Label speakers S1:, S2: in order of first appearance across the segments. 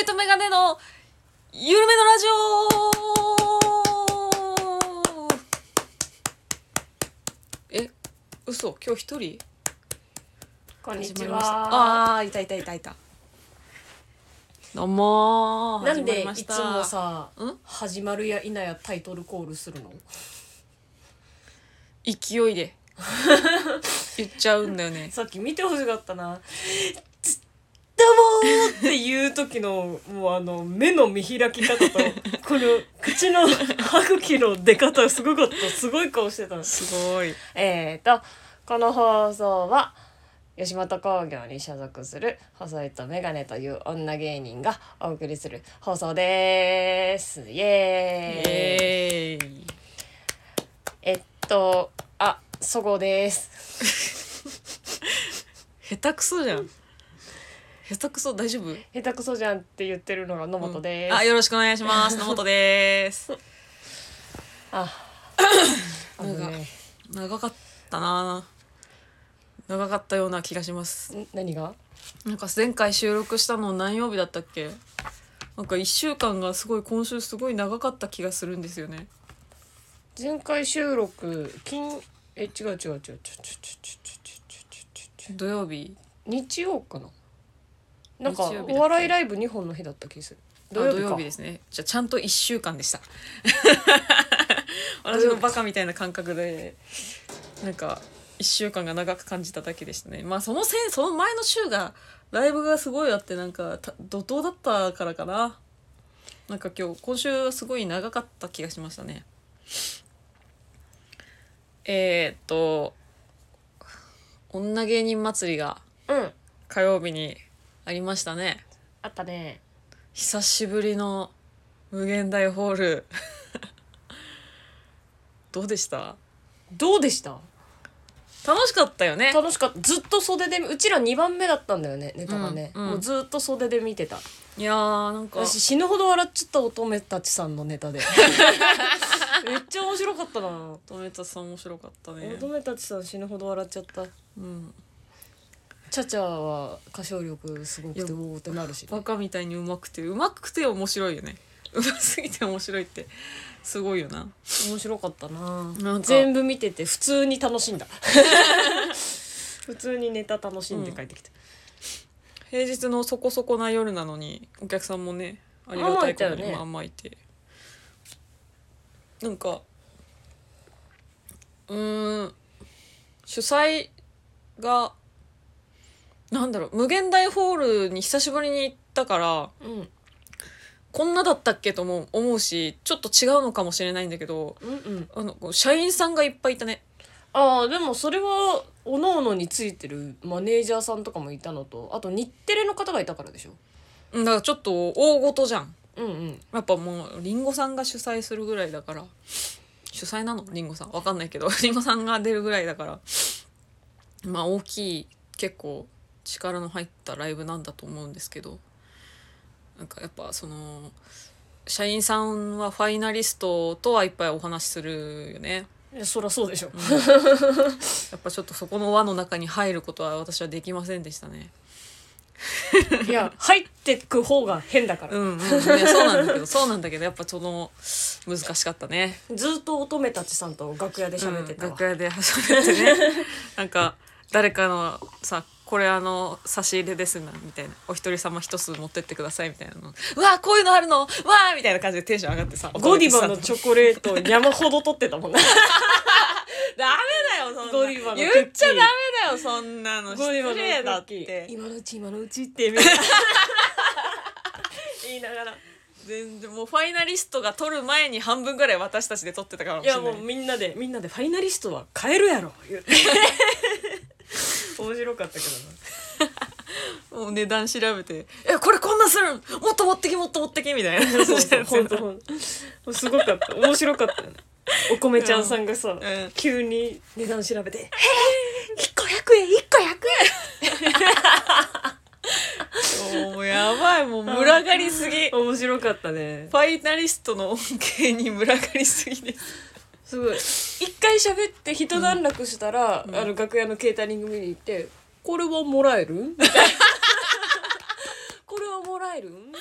S1: イトメガネのゆるめのラジオえ嘘今日一人
S2: こんに
S1: 始ま
S2: ち
S1: りました
S2: は。
S1: あーいたいたいたいたどうもー
S2: なんで
S1: 始まりま
S2: い
S1: し
S2: つ
S1: た
S2: もさ
S1: ん、
S2: 始まるや否やタイトルコールするの
S1: 勢いで言っちゃうんだよね
S2: さっき見てほしかったな。どうもーっていう時の、もうあの、目の見開き方 と、この口の歯茎の出方すごかった。すごい顔してた。
S1: すごい
S2: えーと、この放送は、吉本興業に所属する細いとメガネという女芸人がお送りする放送です。イ
S1: イ
S2: エーイ
S1: エーイ
S2: えっと、あ、そごです。
S1: 下手くそじゃん下手くそ大丈夫
S2: 下手くそじゃんって言ってるのが野本です。
S1: あ、よろしくお願いします。野本 です。
S2: あ、あ
S1: なんか
S2: のね
S1: 長かったな。長かったような気がします。
S2: ん何が
S1: なんか前回収録したの何曜日だったっけ？なんか一週間がすごい今週すごい長かった気がするんですよね。
S2: 前回収録、金、え、違う違う違う違う違う違う違う違う違う違う違う違う
S1: 土曜日、
S2: 日曜かななんか
S1: 日曜日だっけ
S2: お笑いライブ2本の日だった気がする。
S1: あ
S2: 土曜日か。
S1: ですね。じゃあちゃんと一週間で した。私のバカみたいな感覚で、なんか一週間が長く感じただけでしたね。まあそのせんその前の週がライブがすごいあってなんかた怒涛だったからかな。なんか今日今週はすごい長かった気がしましたね。えー、っと女芸人祭りが
S2: うん。
S1: 火曜日にありましたね。
S2: あったね。
S1: 久しぶりの無限大ホール どうでした
S2: どうでした
S1: 楽しかったよね
S2: 楽しかった。ずっと袖で、うちら2番目だったんだよね、ネタがね。
S1: うんうん
S2: もうずっと袖で見てた。
S1: いやーなんか
S2: 私死ぬほど笑っちゃった乙女たちさんのネタ でめっちゃ面白かったな
S1: 乙女たちさん面白かったね
S2: 乙、女たちさん死ぬほど笑っちゃった
S1: うん、
S2: チャチャは歌唱力すごく
S1: い
S2: て
S1: や
S2: おおってなるし
S1: バカみたいにうまくてうまくて面白いよねうますぎて面白いってすごいよな
S2: 面白かったな
S1: なんか
S2: 全部見てて普通に楽し んだ普通にネタ楽しんで帰ってきた、
S1: 平日のそこそこな夜なのにお客さんもねありがたいことに
S2: まあまあいたよね
S1: まあまあいて、なんかうーん主催がなんだろう無限大ホールに久しぶりに行ったから
S2: うん
S1: こんなだったっけとも思うしちょっと違うのかもしれないんだけど
S2: うんうん
S1: あのこう社員さんがいっぱいいたね
S2: ああでもそれはおのおのについてるマネージャーさんとかもいたのとあと日テレの方がいたからでしょ
S1: うんだからちょっと大ごとじゃん
S2: うんうん
S1: やっぱもうりんごさんが主催するぐらいだから主催なのりんごさんわかんないけど りんごさんが出るぐらいだからまあ大きい結構力の入ったライブなんだと思うんですけどなんかやっぱその社員さんはファイナリストとはいっぱいお話しするよね
S2: いやそりゃそうでしょ、
S1: やっぱちょっとそこの輪の中に入ることは私はできませんでしたね
S2: いや入ってく方が変だから
S1: うんうん、いやそうなんだけどそうなんだけどやっぱその難しかったね
S2: ずっと乙女たちさんと楽屋で喋ってた
S1: う
S2: わ、
S1: ん、楽屋で喋って ねなんか誰かのさこれあの差し入れですなみたいなお一人様一つ持ってってくださいみたいなのうわこういうのあるのうわーみたいな感じでテンション上がってさ
S2: ゴディバの
S1: ち
S2: チョコレート山ほど取ってたもんね
S1: ダメだよそんな
S2: ゴディバのク
S1: 言
S2: ッキー
S1: っちゃダメだよそんなの
S2: ゴ
S1: 失
S2: ディバのク
S1: 礼だっ
S2: ッキー
S1: て
S2: 今のうち今のうちって みたいな言いながらい
S1: 全然もうファイナリストが取る前に半分ぐらい私たちで取ってたからもしれな
S2: や
S1: い
S2: もうみんなでみんなでファイナリストは変えるやろ言って面白かったけど
S1: もう値段調べて「えこれこんなするんもっと持ってきもっと持ってき」みたいな
S2: な そうそう
S1: ほん
S2: 本
S1: と
S2: 当本当すごかった面白かったよねお米ちゃんさんがさ、
S1: ん
S2: 急に値段調べ て「えー、1個100円1個100円!」
S1: もうやばいもう群がりすぎ
S2: 面白かったね
S1: ファイナリストの恩恵に群がりすぎです。
S2: すごい一回喋って一段落したら、あの楽屋のケータリング見に行って 「これはもらえる?」みたいなこれはもらえるん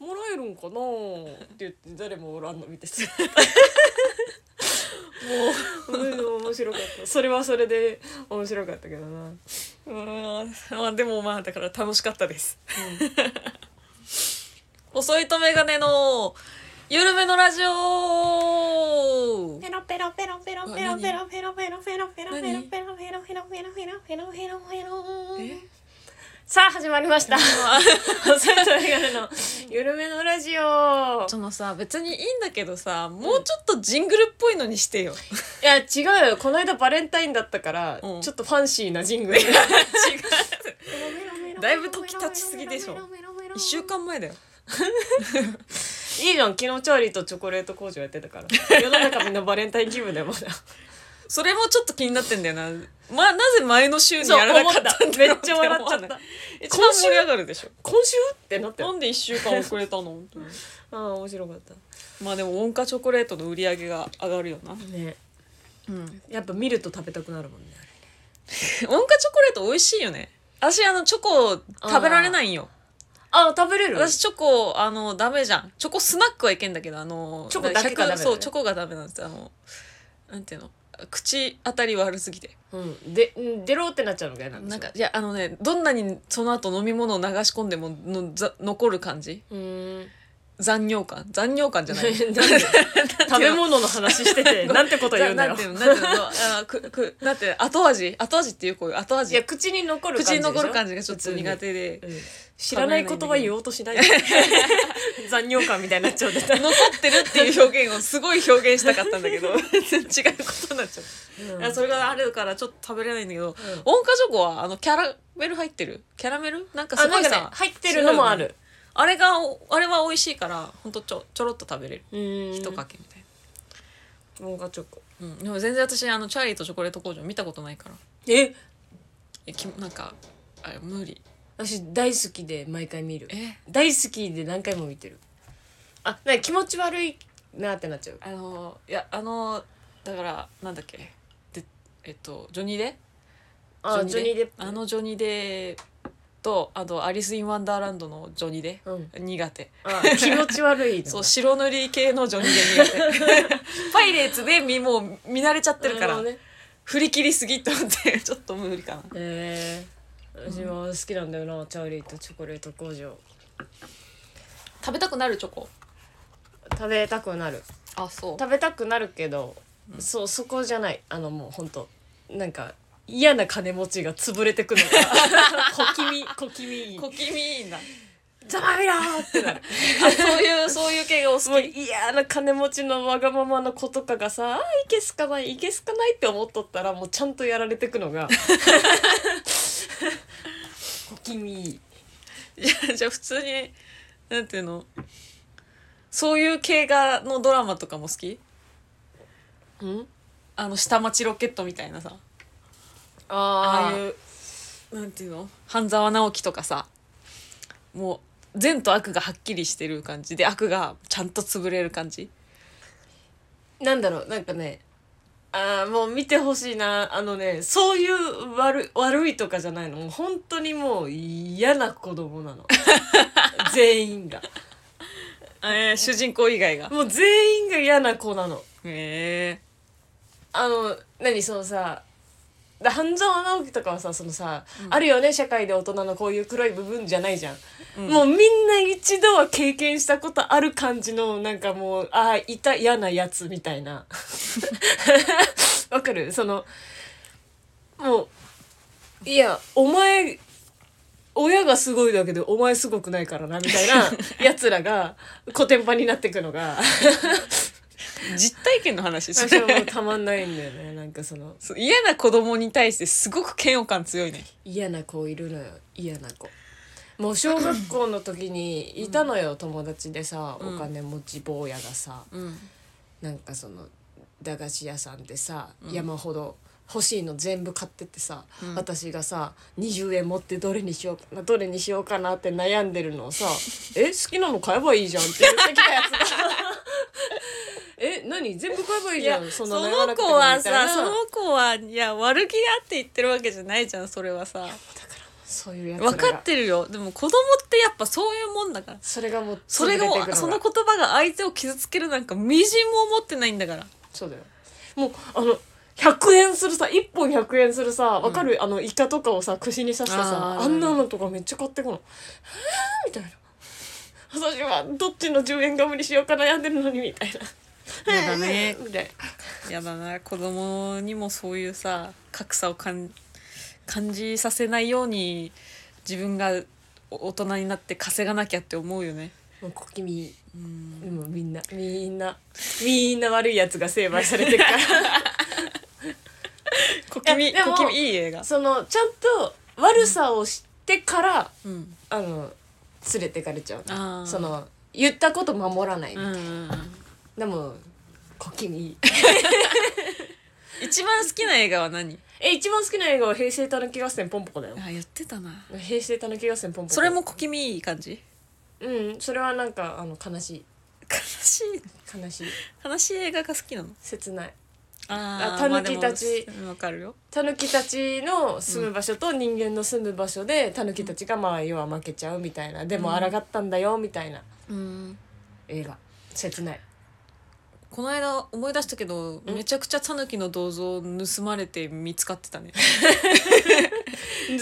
S2: もらえるんかなって言って誰もおらんの見 てさもう面白かったそれはそれで面白かったけどな
S1: うーんまあでもまあだから楽しかったです、細いとメガネの緩めのラジオ
S2: ペロペロペロペロペロペロペロペロペロペロペロペロペロペロペロペロペロペロペロ
S1: え
S2: さあ始まりま した細いとメガネの緩めのラジオ
S1: そのさ別にいいんだけどさもうちょっとジングルっぽいのにしてよ、
S2: いや違うよこの間バレンタインだったから、
S1: うん
S2: ちょっとファンシーなジングル違う
S1: だいぶ時経ちすぎでしょ一週間前だよ
S2: いいじゃん昨日チャーリーとチョコレート工場やってた から世の中みんなバレンタイン気分だよまだ
S1: それもちょっと気になってんだよなまあなぜ前の週に
S2: そう
S1: やらな
S2: 思っ
S1: かった
S2: た
S1: んだ
S2: め
S1: ろう
S2: っちゃ笑っちゃっ
S1: って思わ
S2: た
S1: ない一番盛り上がるでしょ
S2: 今週ってなって
S1: なんで一週間遅れたの
S2: ああ面白かった
S1: まあでもウォンカチョコレートの売り上げが上がるよな
S2: ね
S1: うん
S2: やっぱ見ると食べたくなるもんね
S1: 音カチョコレート美味しいよね私あのチョコ食べられないんよ
S2: あ食べれる
S1: 私チョコあのダメじゃんチョコスナックはいけんだけどあの
S2: チョコだけがダメなの
S1: 100
S2: ね
S1: そうチョコがダメなんですあのなんていうの口当たり悪すぎて
S2: うんでうん出ろうってなっちゃうのが嫌なんでしょ
S1: なんかいやあのねどんなにその後飲み物を流し込んでものざ残る感じ
S2: うーん
S1: 残尿感残尿感じゃない
S2: なんで 食べ物の話してて なんてこと言うんだ
S1: な
S2: よ
S1: んていうのなんていうのあくくだって後味後味っていうこういう後
S2: い
S1: 味
S2: や口に残る感じ
S1: 口
S2: で
S1: に
S2: しょ
S1: 残る感じがちょっと苦手で
S2: うん知らない言葉言おうとしない 残尿感みたいになっ ちゃうで、
S1: 残ってるっていう表現をすごい表現したかったんだ けど違うことになっちゃう、あそれがあるからちょっと食べれないんだけど、
S2: ん
S1: 音花チョコはあのキャラメル入ってるキャラメルなんか
S2: あ
S1: す
S2: な
S1: ご
S2: ん
S1: い
S2: か
S1: さ、
S2: ね入ってるのもある、
S1: あれがおあれは美味しいからほんとちょちょろっと食べれる
S2: うん
S1: 一かけみたい
S2: モンガチョコ
S1: な、うん、でも全然私あのチャーリーとチョコレート工場見たことないから
S2: え
S1: えきなんかあれ無理
S2: 私大好きで毎回見る
S1: え
S2: 大好きで何回も見てるあなんか気持ち悪いなってなっちゃう
S1: あのいやあのだからなんだっけでえっとジョニーで
S2: あジョニー・デップ
S1: あのジョニーデップとあとアリス・イン・ワンダーランドのジョニーデ
S2: うん
S1: 苦手
S2: あ気持ち悪 いの
S1: そう白塗り系のジョニーデ苦手 パイレーツでみもう見慣れちゃってるから、
S2: なほどね
S1: 振り切りすぎと思って ちょっと無理かな
S2: へえ私は好きなんだよな、チャーリーとチョコレート工場
S1: 食べたくなるチョコ
S2: 食べたくなる
S1: あそう
S2: 食べたくなるけど、そうそこじゃないあのもうほんとなんか嫌な金持ちが潰れてくのが 小気味小気味いい
S1: 小気味いいんだ
S2: ざまあみろーってなる
S1: あそういうそういう系がお好き
S2: もう嫌な金持ちのわがままの子とかがさあーいけすかないいけすかないって思っとったらもうちゃんとやられてくのが小気味いい
S1: じゃあじゃあ普通になんていうのそういう系がのドラマとかも好き
S2: ん
S1: あの下町ロケットみたいなさあ
S2: あ
S1: あ
S2: あいう
S1: いうなんていうの半沢直樹とかさもう善と悪がはっきりしてる感じで悪がちゃんと潰れる感じ
S2: なんだろうなんかねあーもう見てほしいなあのねそういう悪悪いとかじゃないのもう本当にもう嫌な子供な の全員が
S1: え ー主人公以外が
S2: もう全員が嫌な子なの
S1: へ
S2: あの何そのさだ半沢直樹とかはさそのさ、あるよね社会で大人のこういう黒い部分じゃないじゃん、
S1: うん
S2: もうみんな一度は経験したことある感じのなんかもうああいた嫌なやつみたいな わかるそのもういやお前親がすごいだけでお前すごくないからなみたい なやつらがコテンパンになってくのが
S1: え実体験の話そ
S2: 私はもう
S1: れ
S2: たまんないんだよねなんかその
S1: そう嫌な子供に対してすごく嫌悪感強いね
S2: 嫌な子いるのよ嫌な子もう小学校の時にいたのよ、友達でさ
S1: うん
S2: お金持ち坊やがさ、
S1: うん
S2: なんかその駄菓子屋さんでさ、
S1: うん
S2: 山ほど欲しいの全部買ってってさ、
S1: うん
S2: 私がさ20円持ってどれにしようかなどれにしようかなって悩んでる のをさ「え好きなの買えばいいじゃん」って言ってきたやつが「え何全部買えばいい
S1: い
S2: じゃ
S1: や
S2: ん
S1: そ
S2: んな
S1: の
S2: 悩まなくて
S1: 子
S2: も
S1: は
S2: みたい
S1: さ
S2: な
S1: その子はいや悪気があって言ってるわけじゃないじゃんそれはさ
S2: だからもうそういうやつら
S1: 分
S2: が
S1: かってるよでも子供ってやっぱそういうもんだから
S2: それがもう
S1: それが
S2: 潰ていくが
S1: その言葉が相手を傷つけるなんかみじんも思ってないんだから
S2: そうだよもうあの100円するさ1本100円するさわかる、あのイカとかをさ串に刺したさ
S1: あ
S2: あ
S1: ー
S2: んなのとかめっちゃ買ってこのはあみたいな私はどっちの10円が無理しようか悩んでるのにみたいな
S1: やだね
S2: みたいな
S1: やだな子供にもそういうさ格差を感感じさせないように自分がお大人になって稼がなきゃって思うよね
S2: もう小気味
S1: うん
S2: もうみんなみんなみんな悪いやつが成敗されてるから
S1: 小気味
S2: いや
S1: 小
S2: でも
S1: 気味いい映 画
S2: そのちゃんと悪さを知ってから、
S1: うん
S2: あの連れてかれちゃう
S1: あー
S2: その言ったこと守らない、
S1: うんうんうん
S2: でも小気味いい
S1: 一番好きな映画は何
S2: え一番好きな映画は平成たぬき合戦ポンポコだよ
S1: あ言ってたな
S2: 平成たぬき合戦ポンポコ
S1: それも小気味いい感じ
S2: うんそれはなんかあの悲しい
S1: 悲しい
S2: 悲しい
S1: 悲しい映画が好きなの
S2: 切ない
S1: あ
S2: あ
S1: あ
S2: 狸たち
S1: わかるよ
S2: たぬきたちの住む場所と人間の住む場所でたぬきたちがまあ要は負けちゃうみたいなでも
S1: うん
S2: 抗ったんだよみたいな
S1: うん
S2: 映画切ない
S1: この間思い出したけどめちゃくちゃタヌキの銅像盗まれて見つかってたね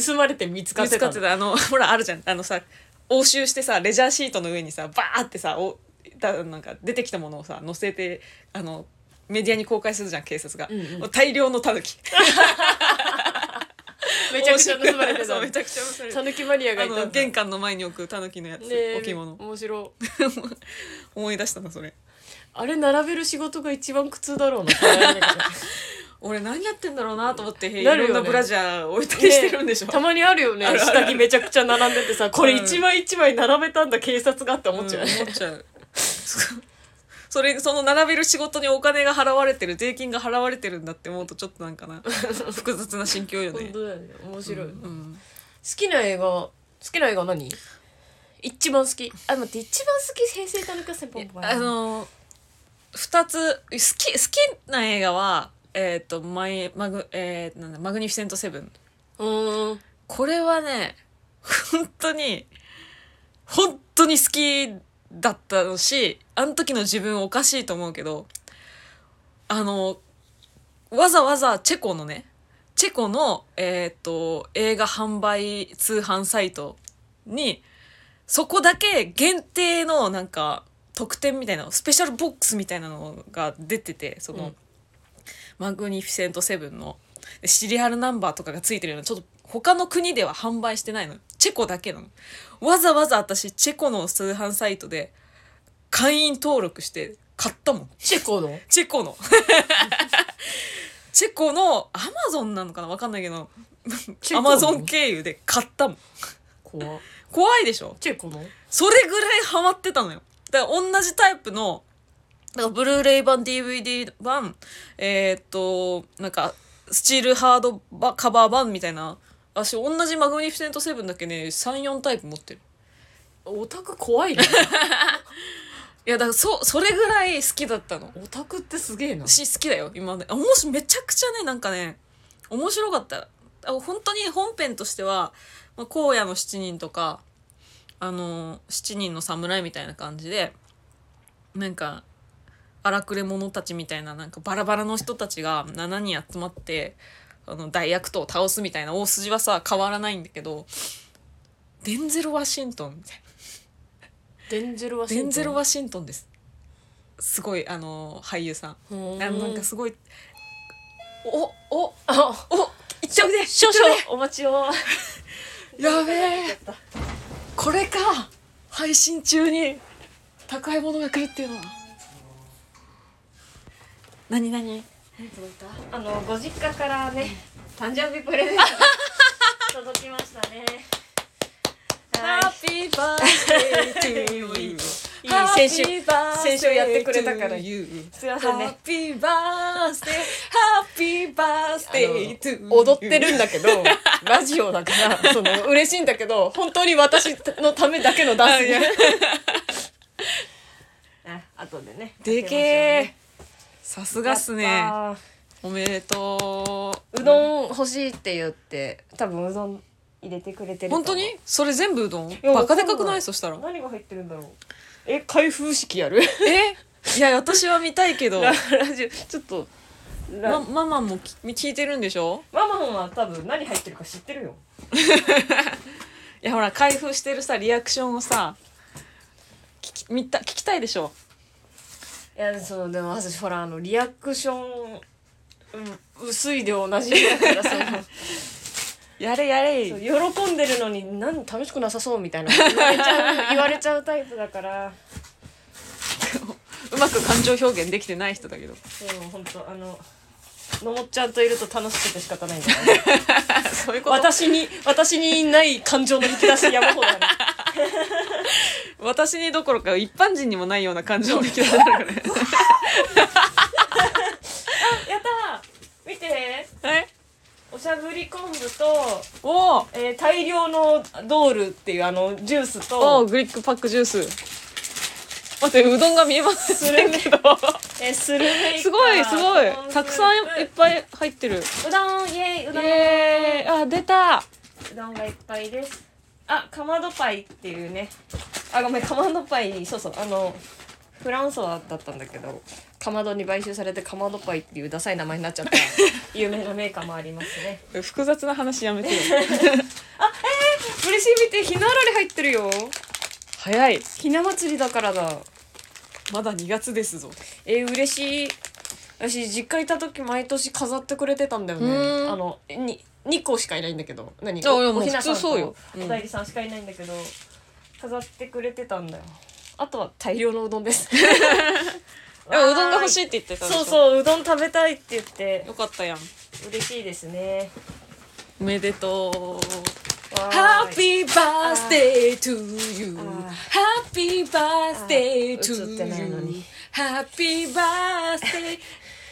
S2: 盗まれ て見つかっ
S1: 見
S2: て
S1: つ
S2: た
S1: か
S2: の
S1: ってたあの ほらあるじゃんあのさ押収してさレジャーシートの上にさバーってさおだなんか出てきたものをさ載せてあのメディアに公開するじゃん警察が、
S2: うんうん
S1: も大量のタヌキ
S2: めちゃくちゃ盗まれて
S1: そ
S2: た
S1: うめちゃくちゃ盗まれて
S2: たぬきマニア
S1: た
S2: が
S1: あ
S2: いた
S1: の
S2: んだ
S1: 玄関の前に置くタヌキのやつ、
S2: ねえ
S1: 置物
S2: 面白い
S1: 思い出したなそれ
S2: あれ並べる仕事が一番苦痛だろうな
S1: 俺何やってんだろうなと思って、へい
S2: なるよ
S1: ろ
S2: ね
S1: んなブラジャー置いたりしてるんでしょ、
S2: ねたまにあるよね
S1: あるある
S2: 下着めちゃくちゃ並んでてさ これ
S1: うん
S2: 一枚一枚並べたんだ警察がって思っちゃう、ね
S1: ん思っちゃう そそれその並べる仕事にお金が払われてる税金が払われてるんだって思うとちょっとなんか な複雑な心境よね
S2: 本当だよね面白い、
S1: うんう
S2: 好
S1: ん
S2: きな映画好きな映画何一番好きあ待って一番好き平成たぬかせんぽんぽん
S1: あの2つ好き好きな映画はえっ、とマイマグ、えーなんだマグニフィセントセブン
S2: うーん
S1: これはね本当に本当に好きだったのしあの時の自分おかしいと思うけどあのわざわざチェコのねチェコの、えーっと映画販売通販サイトにそこだけ限定のなんか特典みたいなスペシャルボックスみたいなのが出ててその、
S2: うん
S1: マグニフィセントセブンのでシリアルナンバーとかがついてるようなちょっと他の国では販売してないのチェコだけなのわざわざ私チェコの通販サイトで会員登録して買ったもん
S2: チェコの
S1: チェコのチェコのアマゾンなのかなわかんないけど
S2: チェ
S1: ア
S2: コの
S1: マゾン経由で買ったもん
S2: 怖
S1: 怖いでしょ
S2: チェコの
S1: それぐらいハマってたのよだから同じタイプのだからブルーレイ版 DVD 版えーっとなんかスチールハードバカバー版みたいな私同じマグニフィセントセブンだけね34タイプ持ってる
S2: オタク怖 いね
S1: いやだからそそれぐらい好きだったの
S2: オタクってすげえ な
S1: し好きだよ今まであもしめちゃくちゃねなんかね面白かったあ本当に本編としては「まあ、荒野の七人」とか「あの七人の侍」みたいな感じでなんか荒くれ者たちみたいななんかバラバラの人たちが7人集まってあの大悪党を倒すみたいな大筋はさ変わらないんだけどデンゼル・ワシントンみたいな。
S2: デンゼルワシン
S1: デ
S2: トン
S1: ンゼル・ワシントンですすごいあの俳優さん
S2: うーん
S1: あのなんかすごいおお
S2: あ
S1: お一着で
S2: 少々お待ちを
S1: やべえこれか配信中に高いものが来るっていうのは何何
S2: あのご実家からね誕生日プレゼント届きましたね。
S1: ハ
S2: は
S1: ッピーバースデー to you
S2: いい先週先
S1: 先
S2: 週やってくれたからす
S1: す
S2: いませんね
S1: ハッピーバースデーハッピーバースデー to
S2: あ
S1: you
S2: の踊ってるんだけ どラジオだからその嬉しいんだけど本当に私のためだけのダンス
S1: いや
S2: あとでね
S1: でけえさすがっすね
S2: やっぱ
S1: おめでとう
S2: うどん欲しいって言って多分うどん入れてくれてるか
S1: 本
S2: ら
S1: 当にそれ全部うどん
S2: や
S1: バカでか
S2: わか
S1: く
S2: んない
S1: ないそしたら
S2: 何が入ってるんだろうえ開封式やる
S1: えいや私は見たいけど
S2: ララジオちょっとラ
S1: まママもき聞いてるんでしょ
S2: ママは多分何入ってるか知ってるよ
S1: いやほら開封してるさリアクションをさ聞き見た聞きたいでしょ
S2: いやそうでも私ほらあのリアクション、うん、薄いでおなじみだからさ
S1: やれやれ
S2: そう喜んでるのに何楽しくなさそうみたいな言われ ちゃう言われちゃうタイプだから
S1: うまく感情表現できてない人だけど
S2: そう本当あののもっちゃんといると楽しくて仕方ないんだよね
S1: そういう こと
S2: 私に私にない感情の引き出し山ほどある
S1: 私にどころか一般人にもないような感情を引き出されるからね
S2: やったー見て
S1: はい
S2: おしゃぶり昆布と、
S1: おー
S2: えー大量のドールっていうあのジュース
S1: お
S2: と
S1: ーグリックパックジュース待ってうどんが見えませんけ ど
S2: えースルメイカ
S1: すごいすごい
S2: 昆布
S1: たくさん
S2: う
S1: いっぱい入ってる
S2: うどんイエーイうどん
S1: えー、あ出た
S2: うどんがいっぱいですあかまどパイっていうねあごめんかまどパイそうそうあのフランソワだったんだけどかまどに買収されてかまどパイっていうダサい名前になっ ちゃった有名なメーカーもありますね
S1: 複雑な話やめてよ
S2: 嬉しい見てひなあられ入ってるよ
S1: 早い
S2: ひな祭りだからだ
S1: まだ2月ですぞ
S2: えー、嬉しい私実家いた時毎年飾ってくれてたんだよね
S1: うん
S2: あのに2個しかいないんだけど何
S1: あいやもう
S2: ひなさん
S1: 普通そうよ
S2: と
S1: うん
S2: お代理さんしかいないんだけど、飾ってくれてたんだよあとは大量のうどんです
S1: でもうどんが欲し
S2: い
S1: いって言ってたでしょ
S2: そうそううどん食べたいって言って
S1: よかったやん
S2: 嬉しいですね
S1: おめでとう
S2: わーい
S1: Happy birthday to you
S2: あ
S1: Happy birthday
S2: あー
S1: to
S2: 映ってないの
S1: you
S2: に
S1: Happy birthday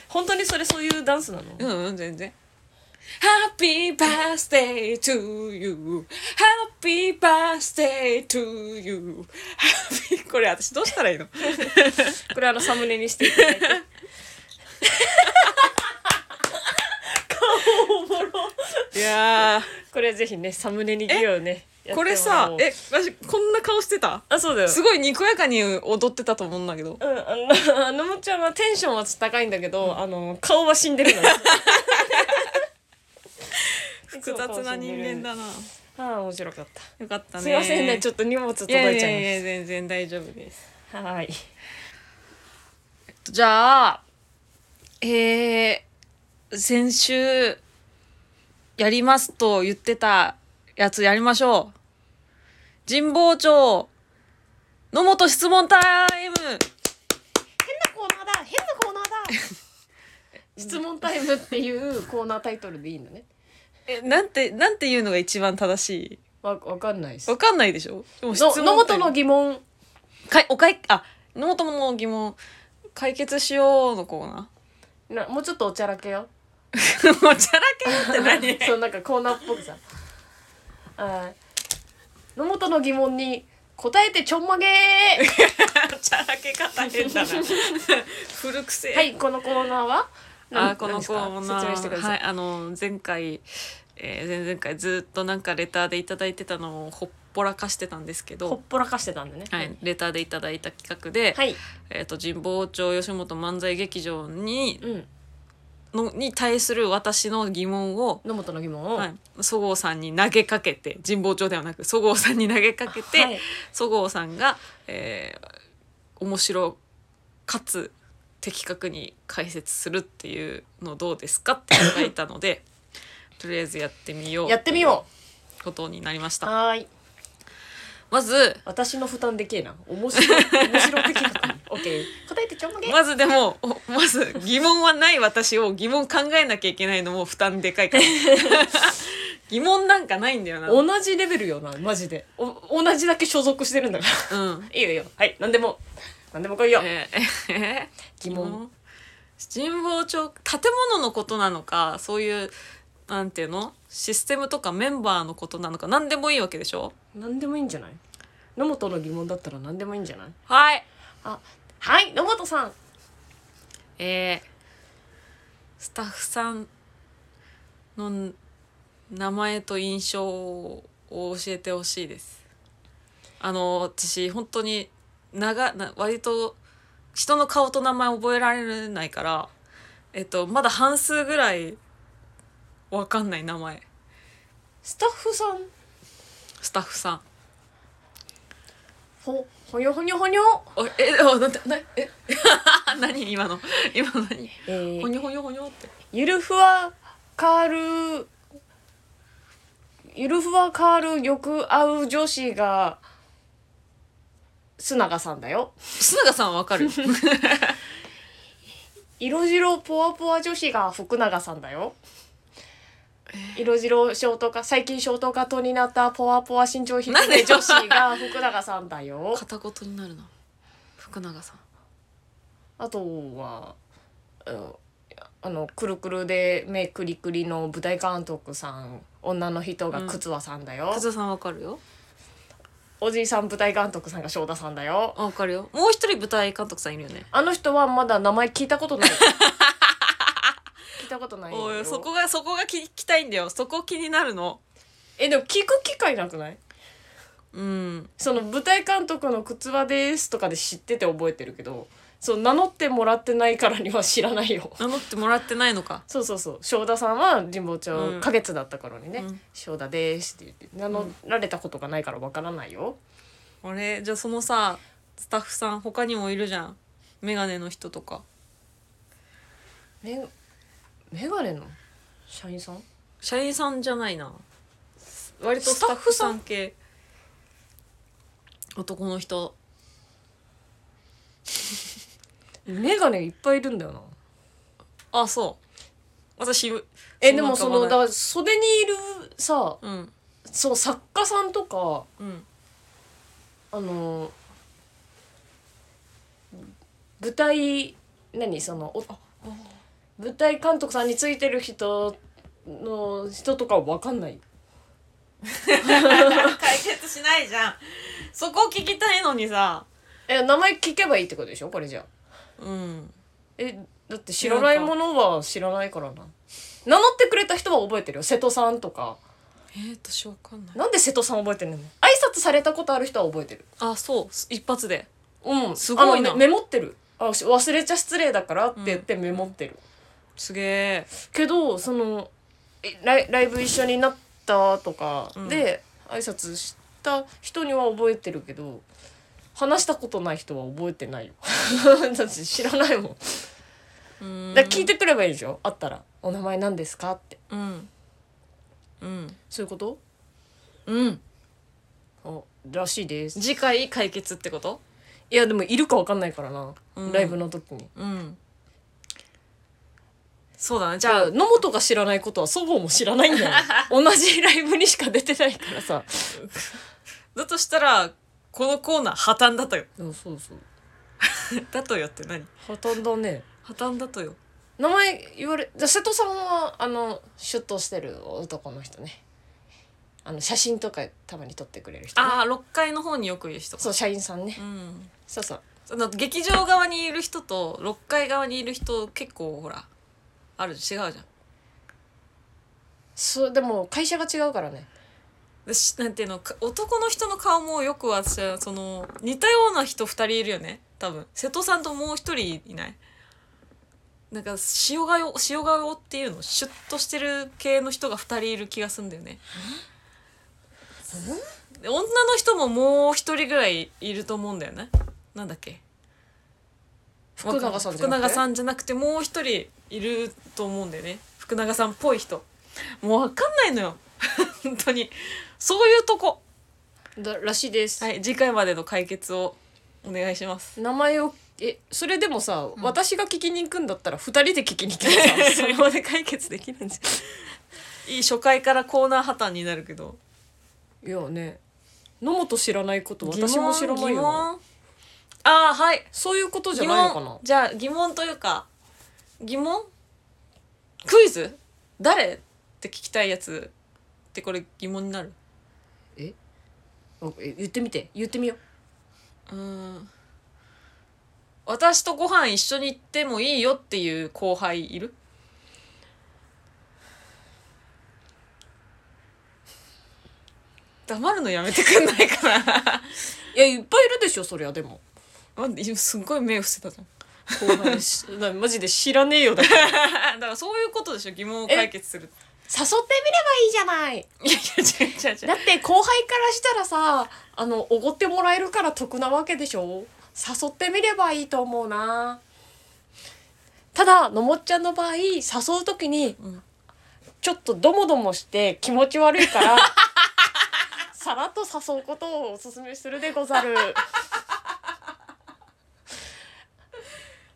S2: 本当にそれそういうダンスなの
S1: うんうん全然 Happy birthday to you Happy birthday to you Happy これ私どうしたらいいの
S2: これあのサムネにしていただいて 顔おもろ
S1: いや
S2: これぜひねサムネにギアをねやってもらお
S1: こ
S2: う
S1: れさえ私こんな顔してた
S2: あそうだよ
S1: すごいにこやかに踊ってたと思うんだけど
S2: うんあののもちゃんはテンションは高いんだけど、あの顔は死んで るのよ
S1: 複雑な人間だな
S2: ああ面白かった
S1: よかったね
S2: すいませんねち
S1: ょっ
S2: ょっと荷物届
S1: いやい
S2: いちゃ
S1: やい
S2: い
S1: や全然大丈夫です
S2: ましたはい
S1: じゃあ、えー、先週、やりますと言ってたやつやりましょう。神保町、野本質問タイム
S2: 変なコーナーだ変なコーナーだ 質問タイムっていうコーナータイトルでいいんだね
S1: え、なんて、なんていうのが一番正し
S2: わわかんないで
S1: い
S2: す
S1: わかんないでしょでも
S2: の野
S1: タイム
S2: 本の疑問
S1: かいおかい、あ、野本の疑問、解決しようのコー ナ
S2: なもうちょっとおちゃらけよ
S1: ー。もうチャラけなって何
S2: そうなんかコーナーっぽくさあー野本の疑問に答えてちょんまげ ー
S1: チャラけ方変 だな。古くせえ。
S2: はいこのコーナーは
S1: あ
S2: 何
S1: このコー
S2: 何です
S1: ナ
S2: か
S1: ー
S2: 説明してください、
S1: はい、あの前回、えー前々回ずっとなんかレターでいただいてたのをほっぽらかしてたんですけ
S2: ほっ
S1: ど、
S2: ぽらかしてたんでね
S1: はい、レターでいただいた企画で、
S2: はい
S1: えー、と神保町吉本漫才劇場に
S2: うん
S1: のに対する私の疑問を、
S2: 野本の疑問を、
S1: はい、そごうさんに投げかけて神保町ではなくそごうさんに投げかけて、
S2: はい
S1: そごうさんが、えー面白かつ的確に解説するっていうのどうですかっていただいたの でとりあえずやってみよう
S2: やってみよ
S1: うことになりまし
S2: う
S1: た
S2: はーい
S1: まず
S2: 私の負担でけえな面白い面白 的なオッケー答えてちょんまげ
S1: まずでも おまず疑問はない私を疑問考えなきゃいけないのも負担でかい から疑問なんかないんだよなう
S2: 同じレベルよなマジでお同じだけ所属してるんだか
S1: ん
S2: ら いいよいいよはい何でも何でも来いよ
S1: えーえ ー
S2: 疑問
S1: 神保町建物のことなのかそういうなんていうのシステムとかメンバーのことなのか何でもいいわけでしょ
S2: 何でもいいんじゃない野本の疑問だったら何でもいいんじゃない
S1: はい
S2: あはい野本さん
S1: えー、スタッフさんの名前と印象を教えてほしいですあの私本当に長な割と人の顔と名前覚えられないからえっとまだ半数ぐらいわかんない名前
S2: スタッフさん
S1: スタッフさん
S2: ほほにょほにょほにょ
S1: おえおなんてなえ 何今の今の何
S2: えー
S1: ほにょほにょほにょって
S2: ゆるふわカールゆるふわカールよく会う女子が須永さんだよ
S1: 須永さんはわかる
S2: 色白ポワポワ女子が福永さんだよ色白ショートカ最近ショートカットになったポワポワ身長低
S1: なんで
S2: め女子が福永さんだよ
S1: 片言になるな福永さん
S2: あとはうんあのくるくるで目くりくりの舞台監督さん女の人が靴輪さんだよ、
S1: 和田さんわかるよ
S2: おじいさん舞台監督さんが翔太さんだよ
S1: あわかるよもう一人舞台監督さんいるよね
S2: あの人はまだ名前聞いたことない聞いたことないよ
S1: おいそこがそこが聞きたいんだよそこ気になるの
S2: えでも聞く機会なくない
S1: うん
S2: その舞台監督の靴輪ですとかで知ってて覚えてるけどそう名乗ってもらってないからには知らないよ
S1: 名乗ってもらってないのか
S2: そうそうそう翔太さんは神保町
S1: うん
S2: 花月だった頃に
S1: う
S2: ね
S1: ん
S2: 「翔、太、です」って言って名乗られたことがないからわからないよ、
S1: 俺じゃあそのさスタッフさん他にもいるじゃんメガネの人とか
S2: めメガネの社員さん
S1: 社員さんじゃないな割とスタッフさん系男の人
S2: メガネいっぱいいるんだよな
S1: あそう私
S2: え
S1: ん
S2: で
S1: な
S2: もそ
S1: 浮かば
S2: の
S1: ない
S2: だから袖にいるさ
S1: うん
S2: そう作家さんとか
S1: うん
S2: あの舞台何そのお舞台監督さんについてる人の人とかは分かんない
S1: 解決しないじゃんそこ聞きたいのにさ
S2: え名前聞けばいいってことでしょこれじゃあ
S1: うん
S2: えだって知らないものは知らないからな名乗ってくれた人は覚えてるよ瀬戸さんとか
S1: えー、私わかんない
S2: なんで瀬戸さん覚えてるの挨拶されたことある人は覚えてる
S1: あそうす一発で
S2: うん
S1: すごいな
S2: あのメメモってるあし忘れちゃ失礼だからって言ってメモってる、
S1: すげえ
S2: けどそのえライライブ一緒になったとか
S1: うん
S2: で挨拶した人には覚えてるけど話したことない人は覚えてないよ だって知らないもん
S1: うん
S2: だから聞いてくればいいでしょあったら「お名前何ですか?」って
S1: うんうん
S2: そういうこと
S1: うん
S2: あらしいです
S1: 次回解決ってこと
S2: いやでもいるかわかんないからな、
S1: うん
S2: ライブの時に
S1: うんそうだねじ
S2: じゃ
S1: ゃ
S2: あ
S1: あ
S2: 野本が知らないことは祖母も知らないん だよ同じライブにしか出てないからさ
S1: だとしたらこのコーナー破綻だとよ
S2: そうそうそう
S1: だとよって何
S2: 破綻だね
S1: 破綻だとよ
S2: 名前言われじゃあ瀬戸さんはあのシュッとしてる男の人ねあの写真とかたまに撮ってくれる人、ね、
S1: ああ6階の方によくいる人か
S2: そう社員さんね、
S1: うん
S2: そうそう
S1: その劇場側にいる人と6階側にいる人結構ほらある違うじゃん
S2: そうでも会社が違うからね
S1: でしなんていうのか男の人の顔もよく私はその似たような人2人いるよね多分瀬戸さんともう一人いないなんか塩顔塩顔っていうのシュッとしてる系の人が2人いる気がするんだよねで女の人ももう一人ぐらいいると思うんだよねなんだっけ
S2: 福永さんじゃ
S1: 福
S2: なく
S1: 永
S2: て
S1: さんじゃなくてもう一人いると思うんだよね福永さんっぽい人もうわかんないのよ 本当にそういうとこ
S2: だらしいです、
S1: はい次回までの解決をお願いします
S2: 名前をえそれでもさ、
S1: ん
S2: 私が聞きに行くんだったら2人で聞きに行けばさ それまで解決できるんじ
S1: いい初回からコーナー破綻になるけど
S2: ゃんいやね野本知らないこと私も知らない
S1: 疑
S2: よな
S1: 問ああはい
S2: そういうことじ
S1: 疑
S2: ゃないのかな
S1: 問じゃあ疑問というか疑問クイズ誰って聞きたいやつってこれ疑問になる
S2: おえ言ってみて言ってみよ
S1: うーん私とご飯一緒に行ってもいいよっていう後輩いる黙るのやめてくんないかな
S2: いやいっぱいいるでしょそりゃでも
S1: 待って今すっごい目を伏せたじゃん
S2: 後輩しなマジで知らねえよだから誘って
S1: だからそういうことでしょ疑問を解決する
S2: みればいいじゃない
S1: いやいや違う違う違う
S2: だって後輩からしたらさあのおごってもらえるから得なわけでしょ誘ってみればいいと思うなただのもっちゃんの場合誘う時に、
S1: ん
S2: ちょっとドモドモして気持ち悪いから さらっと誘うことをおすすめするでござる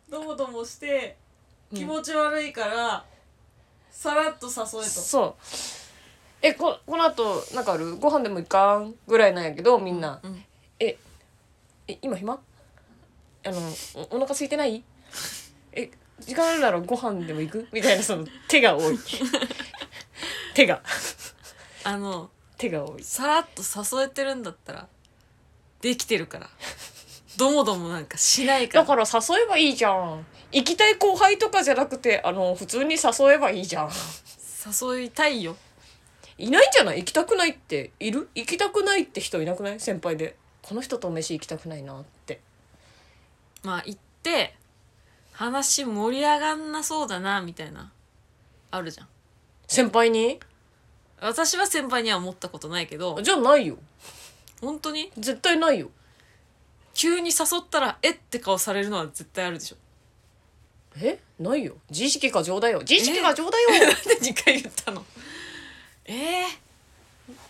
S1: どもどもして
S2: 気持
S1: ち悪いから、さらっと誘
S2: そうえここの後なんかあるご飯でも行かんぐらいなんやけどみんな、
S1: うん
S2: ええ今暇あのおお腹空いてないえ時間あるならご飯でも行くみたいなその手が多い 手が
S1: あの
S2: 手が多い
S1: さらっと誘えてるんだったらできてる からどもどもなんかしないか
S2: だ
S1: ら
S2: から誘えばいいじゃん行きたい後輩とかじゃなくてあの普通に誘えばいいじゃん
S1: 誘いたいよ
S2: いないんじゃない行きたくないっている行きたくないって人いなくない先輩でこの人と飯行きたくないなって
S1: まあ行って話盛り上がんなそうだなみたいなあるじゃん
S2: 先輩に
S1: 私は先輩には思ったことないけど
S2: じゃあないよ
S1: 本当に
S2: 絶対ないよ
S1: 急に誘ったらえって顔されるのは絶対あるでしょ
S2: えないよ自意識過剰だよ自意識過剰だよ、
S1: なんで2回言ったのえー、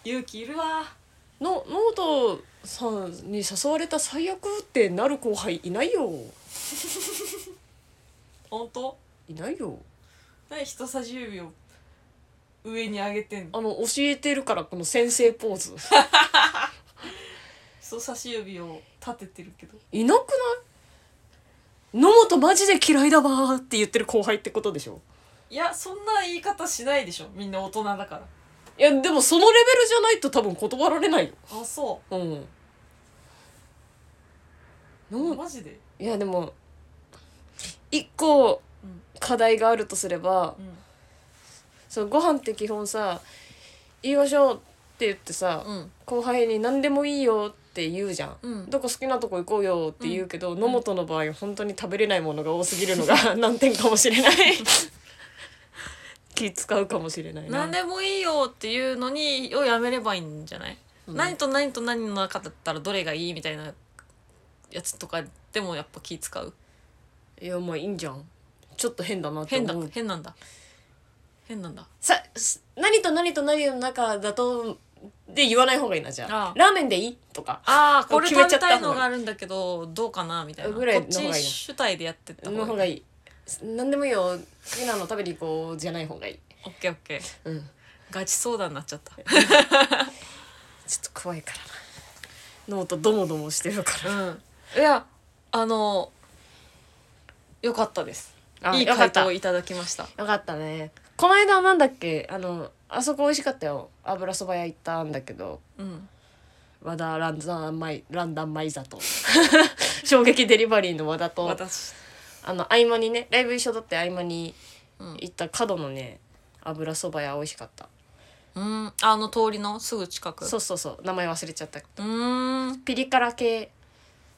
S1: 勇気いるわ
S2: のノートさんに誘われた最悪ってなる後輩いないよ
S1: 本当
S2: いないよ
S1: 何人差し指を上に上げてんの
S2: あの教えてるからこの先生ポーズ
S1: 人差し指を立ててるけど
S2: いなくない野本マジで嫌いだわーって言ってる後輩ってことでしょ
S1: いやそんな言い方しないでしょみんな大人だから
S2: いやでもそのレベルじゃないと多分断られないよ
S1: あそ
S2: うん
S1: う
S2: の
S1: マジで
S2: いやでも一個
S1: うん
S2: 課題があるとすれば、
S1: うん
S2: そうご飯って基本さ「言いましょう」って言ってさ、
S1: うん
S2: 後輩に「何でもいいよ」って言うじゃん、
S1: うん
S2: どこ好きなとこ行こうよって言うけど、野本の場合本当に食べれないものが多すぎるのが 難点かもし れない気使うかもしれないな
S1: 何でもいいよっていうのにをやめればいいんじゃない、
S2: うん
S1: 何と何と何の中だったらどれがいいみたいなやつとかでもやっぱ気使う
S2: いやまあいいんじゃんちょっと変だなって
S1: 変だ
S2: 思う
S1: 変なんだ変なんだ
S2: さす何と何と何の中だとで言わない方がいいなじゃ
S1: あ
S2: あ
S1: あ
S2: ラーメンでいいとか
S1: ああこれ
S2: 決め
S1: 食
S2: ちゃ
S1: べ
S2: った
S1: たい
S2: 方が
S1: のがあるんだけどどうかなみたいな
S2: ぐらい
S1: こ
S2: の
S1: っ
S2: 方がいい
S1: ち
S2: な
S1: 主体でやってった
S2: の
S1: 方
S2: 方
S1: が
S2: が
S1: いい
S2: いい何でもいいよ好きなの食べに行こうじゃない方がいい
S1: オッケーオッケー
S2: うん
S1: ガチ相談になっちゃった
S2: ちょっと怖いからなノートドモドモしてるか
S1: うんいやあのよかったです
S2: ら
S1: いい
S2: よか
S1: 回
S2: った
S1: 答を
S2: よ
S1: いただきました
S2: かったねこの間なんだっけあのあそこ美味しかったよ油そば屋行ったんだけど
S1: うん
S2: 和田ランザンマイランダンマイザ と衝撃デリバリーの和田と
S1: 私
S2: あの合間にねライブ一緒だって合間に
S1: うん、
S2: 行った角のね油そば屋美味しかった
S1: うん、あの通りのすぐ近く
S2: そうそうそう名前忘れちゃった
S1: うーん
S2: ピリ辛系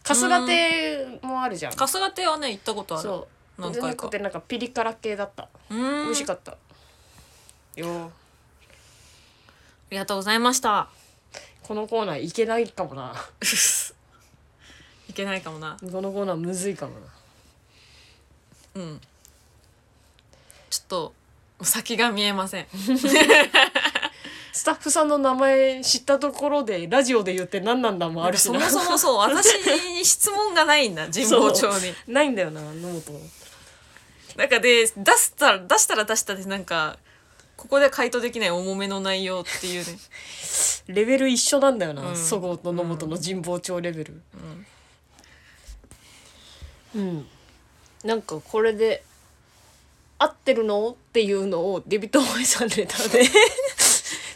S2: 春日亭もあるじゃん
S1: 春日亭はね行ったことある
S2: そう
S1: 何
S2: じゃな
S1: 回
S2: く
S1: か
S2: てなんかピリ辛系だった
S1: うーん
S2: 美味し
S1: あ
S2: かったよ
S1: りがとうございました
S2: このコーナーいけないかもな
S1: いけないかもな
S2: このコーナーむずいかもな
S1: うんちょっと先が見えません
S2: スタッフさんの名前知ったところでラジオで言って何なんだもあるし
S1: そ
S2: な
S1: もそも そう私に質問がないんだ神保町に
S2: ないんだよなノート
S1: なんかで出したら出したら出したでなんかここで回答できない重めの内容っていうね、
S2: レベル一緒なんだよな、
S1: うん
S2: そごうと野本の神保町レベル
S1: うん、
S2: うん、なんかこれで合ってるのっていうのをデビットおイさんレ ターで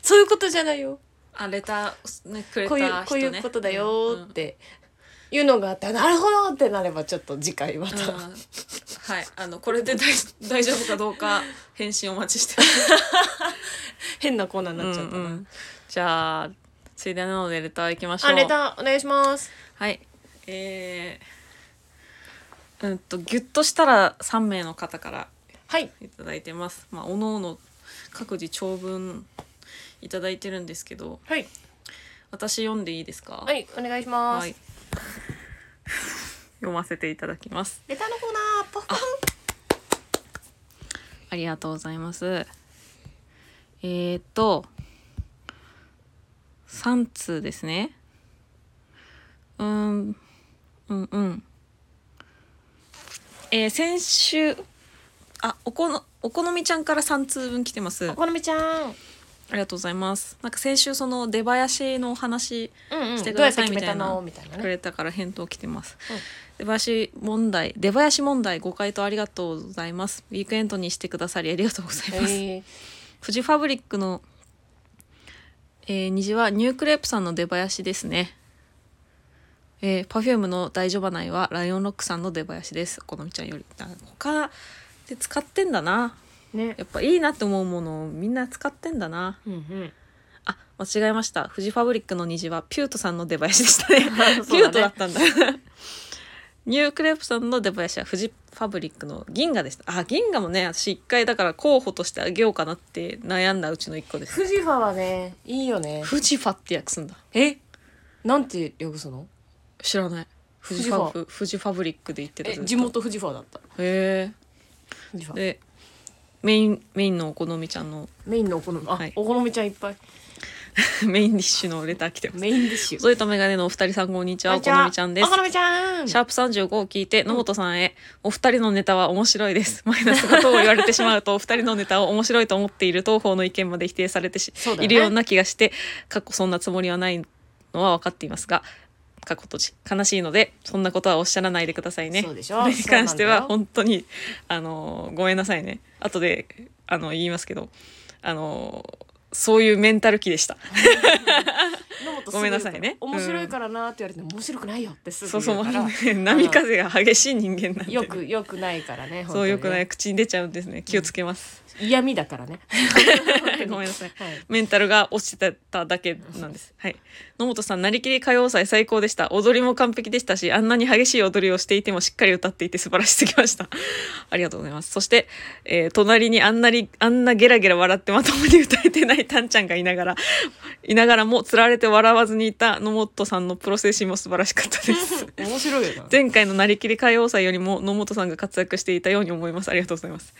S2: そういうことじゃないよ
S1: あレター、ね、くれた
S2: こう
S1: 人
S2: いう
S1: ね
S2: こういうことだよーっ
S1: うん
S2: ていうのがあって、なるほどってなればちょっと次回ま
S1: うん
S2: た、
S1: はいあのこれで大大丈夫かどうか返信お待ちしてます
S2: 変なコーナーになっちゃったな、
S1: うんうんじゃあついでなのでレター行きましょう
S2: あレターお願いします
S1: はいえー、うんとギュッとしたら3名の方から
S2: はい
S1: いただいてますまあおのおの各自長文いただいてるんですけど
S2: はい
S1: 私読んでいいですか
S2: はいお願いします、
S1: はい 読ませていただきます
S2: レターのコーナーポフポン
S1: ありがとうございます。えー、っと、3通ですね。うーん、うんうん。えー、先週、あ、おこの、お好みちゃんから3通分来てます。あ
S2: お好みちゃん
S1: りがとうございます。なんか先週その出囃子のお話
S2: うんうん
S1: してく
S2: どうや
S1: だ
S2: って
S1: さい
S2: 決めたの
S1: み
S2: みたいな
S1: く
S2: ね
S1: れたから返答来てます。
S2: うん
S1: 出囃子問題、出囃子問題ご回答ありがとうございます。ウィークエンドにしてくださりありがとうございます。
S2: えー
S1: フジファブリックの、えー虹はニュークレープさんの出囃子ですね。えー、パフュームの大序盤いはライオンロックさんの出囃子です。お好みちゃんより。あ他で使ってんだな。
S2: ね
S1: やっぱいいなって思うものをみんな使ってんだな。
S2: うんうん
S1: あ、間違えました。フジファブリックの虹はピュートさんの出囃子でした ね。ピ
S2: そう
S1: ュ
S2: だね
S1: ートだったんだ。ニュークレープさんの出囃子はフジファブリックの銀河でした。あ、銀河もね、私一回だから候補としてあげようかなって悩んだうちの一個です。
S2: フジファはねいいよね
S1: フジファって訳すんだ。
S2: えなんて略すの
S1: 知らない。フジファブ、フジファブリックで言ってた。
S2: え
S1: ずっと
S2: 地。元フジファだった
S1: へ
S2: フジフ
S1: え。で、
S2: ァ
S1: メイン、メインのお好みちゃんの
S2: メインのお好みあ、
S1: はい
S2: お好みちゃんいっぱい
S1: メインディッシュのレター来てます。
S2: メインディッシュ
S1: ゾイとメガネのお二人さんこんにちは。お好みちゃんです
S2: お。好みちゃん
S1: シャープ35を聞いて野本さんへ、お二人のネタは面白いです。 マイナスなことを言われてしまう と、お二人のネタを面白いと思っている東方の意見まで否定されてし、
S2: そうだよね
S1: いるような気がして、過去そんなつもりはないのは分かっていますが、過去とじ悲しいので、そんなことはおっしゃらないでくださいね。
S2: そうでしょ
S1: これに関しては
S2: そうなん
S1: 本当に、あの、ごめんなさいね。後で、あの、言いますけど、あの、そういうメンタル気でした。
S2: 野本すぐ言うか
S1: ご
S2: ら
S1: めんなさいねうん
S2: 面白いからなって言われても面白くないよってす
S1: そ
S2: ぐ
S1: うそ
S2: 言う
S1: う、
S2: から
S1: 波風が激しい人間なんで。
S2: よくよくないからね
S1: そうよくないい口に出ちゃうんですね気をつけ ます、
S2: 嫌味だからね
S1: ごめんなさい
S2: はい
S1: メンタルが落ちてただけなんですはい野本さんなりきり歌謡祭最高でした踊りも完璧でしたしあんなに激しい踊りをしていてもしっかり歌っていて素晴らしすぎました ありがとうございますそして、えー隣にあんなにあんなゲラゲラ笑ってまともに歌えてないタンちゃんがいながらいながらもつられて笑わずにいた野本さんのプロセッシンも素晴らしかったです
S2: 面白いよな
S1: 前回のなりきり歌謡祭よりも野本さんが活躍していたように思いますありがとうございます、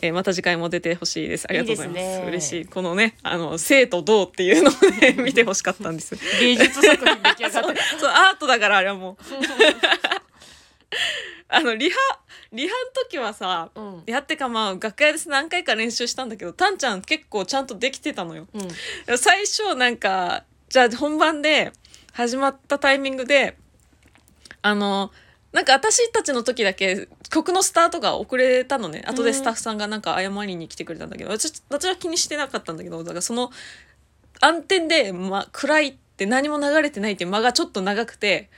S1: えーまた次回も出てほしいですありがとうございます
S2: いいですね
S1: 嬉しいこのねあの生と動っていうのをね 見てほしかったんです
S2: 芸術作品出来上が って
S1: そうアートだからあれは もうあのリハリハの時はさ、
S2: うん
S1: リハってかまあ楽屋で何回か練習したんだけどタンちゃん結構ちゃんとできてたのよ、
S2: うん
S1: 最初なんかじゃあ本番で始まったタイミングであのなんか私たちの時だけ曲のスタートが遅れたのね後でスタッフさんがなんか謝りに来てくれたんだけど私私は気にしてなかったんだけどだからその暗転で、ま、暗いって何も流れてないって間がちょっと長くて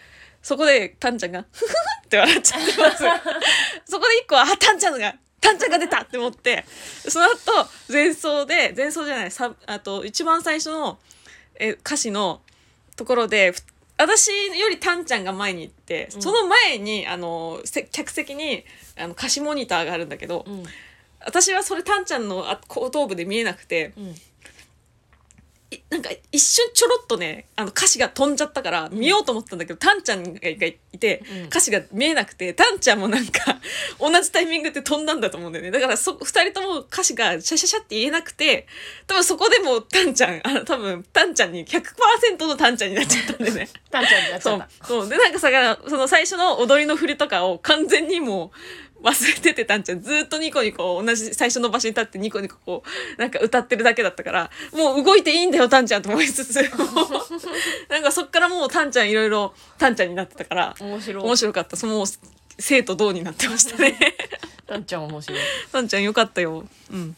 S1: そこでタンちゃんが「ふふふ」って笑っちゃってますそこで一個は「あタンちゃんがタンちゃんが出た!」って思ってその後前奏で前奏じゃないサブあと一番最初のえ歌詞のところでふ私よりタンちゃんが前に行って、
S2: うん
S1: その前にあのせ客席にあの歌詞モニターがあるんだけど、
S2: うん
S1: 私はそれタンちゃんのあ後頭部で見えなくて
S2: うん
S1: いなんか一瞬ちょろっとねあの歌詞が飛んじゃったから見ようと思ったんだけど、タンちゃんがいて
S2: うん
S1: 歌詞が見えなくてタンちゃんもなんか同じタイミングで飛んだんだと思うんだよねだからそ2人とも歌詞がシャシャシャって言えなくて多分そこでもうタンちゃんあの多分タンちゃんに100%のタンちゃんになっちゃったんでね。
S2: タンちゃんになっち
S1: そ
S2: ゃっ
S1: う
S2: た。
S1: そう。で、なんかさ、その最初の踊りの振りとかを完全にもう忘れててたんちゃん。ずーっとニコニコ、同じ最初の場所に立ってニコニコこう、なんか歌ってるだけだったから、もう動いていいんだよ、たんちゃんと思いつつ。 なんかそっからもうたんちゃんいろいろ、たんちゃんになってたから、
S2: 面白い
S1: 面白かった。そのもう、生と同になってましたね。
S2: タンちゃん面白い
S1: さんちゃんよかったよ。うん。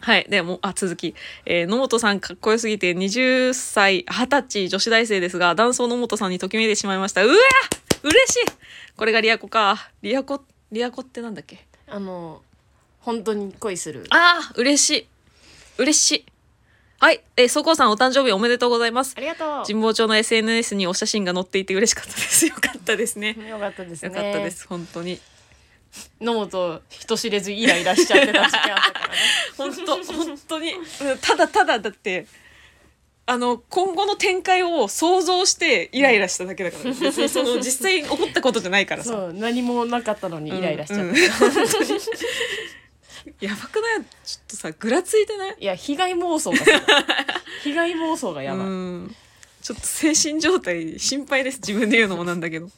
S1: はい。でもう、あ、続き。えー野本さんかっこよすぎて、20歳、20歳女子大生ですが、男装野本さんにときめいてしまいました。うわ嬉しいこれがリアコか。リアコ、リアコってなんだっけ
S2: あの本当に恋する
S1: ああ嬉しい嬉しいはい、えー、そこうさんお誕生日おめでとうございます
S2: ありがと
S1: 神保町の SNS にお写真が載っていて嬉しかったですよかったですね
S2: う。よかったですね。
S1: よかったで。す本当に
S2: 野本人知れずイライラしちゃってた時期あったからね。
S1: 本当本当にうんただただだってあの今後の展開を想像してイライラしただけだから、ね、別にその実際に起こったことじゃないからさ
S2: そう何もなかったのにイライラしちゃった。
S1: うんうんやばくないちょっとさぐらついてない
S2: いや被害妄想が すごい被害妄想がやばい。
S1: うんちょっと精神状態心配です自分で言うのもなんだけど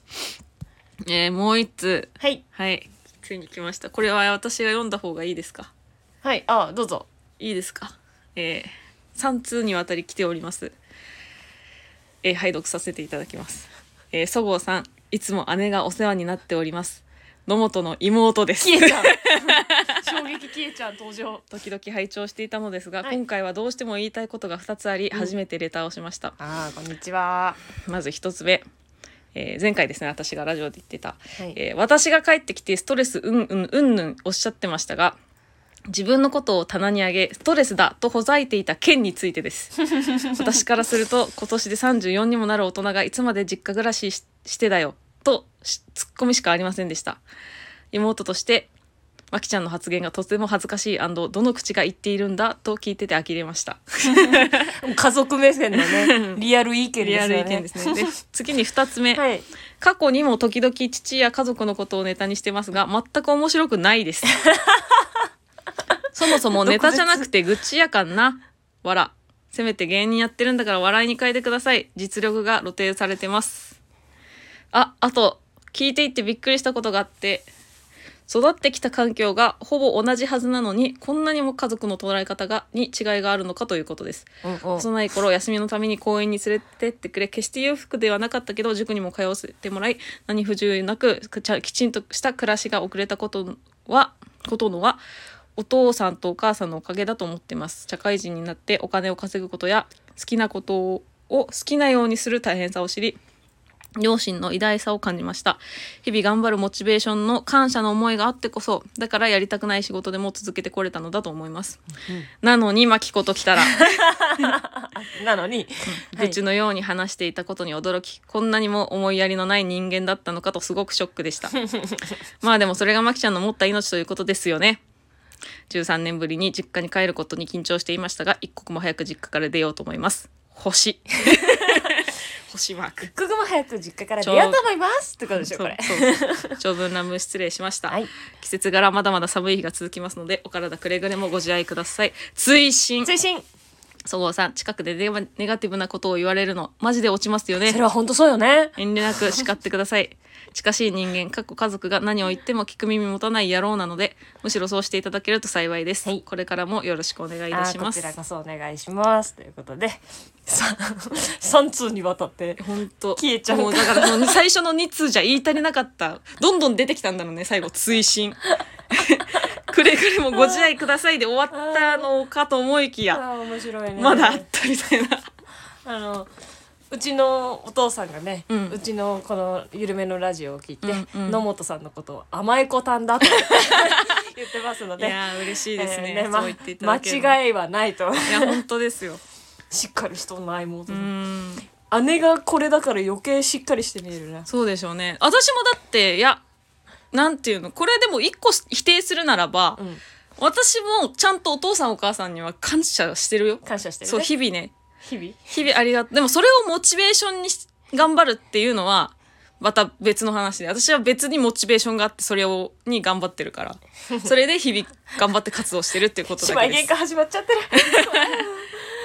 S1: えーもう一つ
S2: はい
S1: はいついに来ましたこれは私が読んだ方がいいですか
S2: はいあどうぞ。
S1: いいですか。えー、3通にわたり来ております。えー、拝読させていただきます。えー、そごうさん、いつも姉がお世話になっております。野本の妹です。
S2: キエち ゃん衝撃キエちゃん登場。
S1: 時々拝聴していたのですが、
S2: はい
S1: 今回はどうしても言いたいことが2つあり、初めてレターをしました。
S2: あーこんにちは。
S1: まず1つ目。えー前回ですね私がラジオで言ってた、
S2: はい
S1: えー私が帰ってきてストレスうんうんうんぬんおっしゃってましたが自分のことを棚に上げストレスだとほざいていた件についてです 私からすると今年で34にもなる大人がいつまで実家暮らしししてだよとしツッコミしかありませんでした妹としてまきちゃんの発言がとても恥ずかしいどの口が言っているんだと聞いてて呆れました
S2: 家族目線のねリアル意見ですよね。
S1: リアル意見ですねで次に2つ 目、
S2: はい。
S1: 過去にも時々父や家族のことをネタにしてますが全く面白くないですそもそもネタじゃなくて愚痴やかんな笑せめて芸人やってるんだから笑いに変えてください実力が露呈されてますああと聞いていってびっくりしたことがあって育ってきた環境がほぼ同じはずなのにこんなにも家族の捉え方がに違いがあるのかということです
S2: うんうん
S1: 幼い頃休みのために公園に連れてってくれ決して裕福ではなかったけど塾にも通わせてもらい何不自由なくくちゃきちんとした暮らしが遅れたことはことのはお父さんとお母さんのおかげだと思ってます社会人になってお金を稼ぐことや好きなことを好きなようにする大変さを知り両親の偉大さを感じました日々頑張るモチベーションの感謝の思いがあってこそだからやりたくない仕事でも続けてこれたのだと思います、なのにマキコときたら
S2: なのに、はい
S1: 愚痴のように話していたことに驚き、こんなにも思いやりのない人間だったのかとすごくショックで したまあでもそれがマキちゃんの持った命ということですよね13年ぶりに実家に帰ることに緊張していましたが一刻も早く実家から出ようと思います 星星マーク
S2: 一刻も早く実家から出ようと思いますってことでしょこれ。
S1: そうそう長文乱文失礼しました、
S2: はい
S1: 季節柄まだまだ寒い日が続きますのでお体くれぐれもご自愛ください追伸
S2: 追伸。
S1: そごうさん近くでネガネガティブなことを言われるのマジで落ちますよね
S2: それは本当そうよね。
S1: 遠慮なく叱ってください。近しい人間、かっこ家族が何を言っても聞く耳持たない野郎なので、むしろそうしていただけると幸いです。
S2: はい
S1: これからもよろしくお願いいた
S2: あ
S1: し
S2: ー
S1: ま
S2: こ
S1: す
S2: ち。らこそお願いしますということで、さ 三通にわたって
S1: 本当
S2: 消えちゃう
S1: もうだからもう最初の2通じゃ言い足りなかった。どんどん出てきたんだろうね、最後、追伸。 くれぐれもご自愛くださいで終わったのかと思いきや、
S2: あー面白いね。
S1: まだあったみたい な。
S2: あのうちのお父さんがね、
S1: うん
S2: うちのこの緩めのラジオを聞いて、
S1: うんうん
S2: 野本さんのことを甘え子たんだと言ってますの
S1: い
S2: で。
S1: やー、嬉しいですね。
S2: えー
S1: そう言っていた
S2: ま
S1: だけるの
S2: 間違いはないと
S1: いや、本当ですよ。
S2: しっかりしとんな妹
S1: う、ん。
S2: 姉がこれだから余計しっかりして見えるな
S1: そうでしょうね私もだっていやなんていうのこれでも一個否定するならば、
S2: うん
S1: 私もちゃんとお父さんお母さんには感謝してるよ
S2: 感謝してる
S1: そう
S2: ね
S1: 日々ね
S2: 日々
S1: 日々ありがとでもそれをモチベーションにし頑張るっていうのはまた別の話で私は別にモチベーションがあってそれをに頑張ってるからそれで日々頑張って活動してるっていうことだ
S2: 姉
S1: け
S2: 妹
S1: で
S2: 喧
S1: す
S2: 嘩始まっちゃってる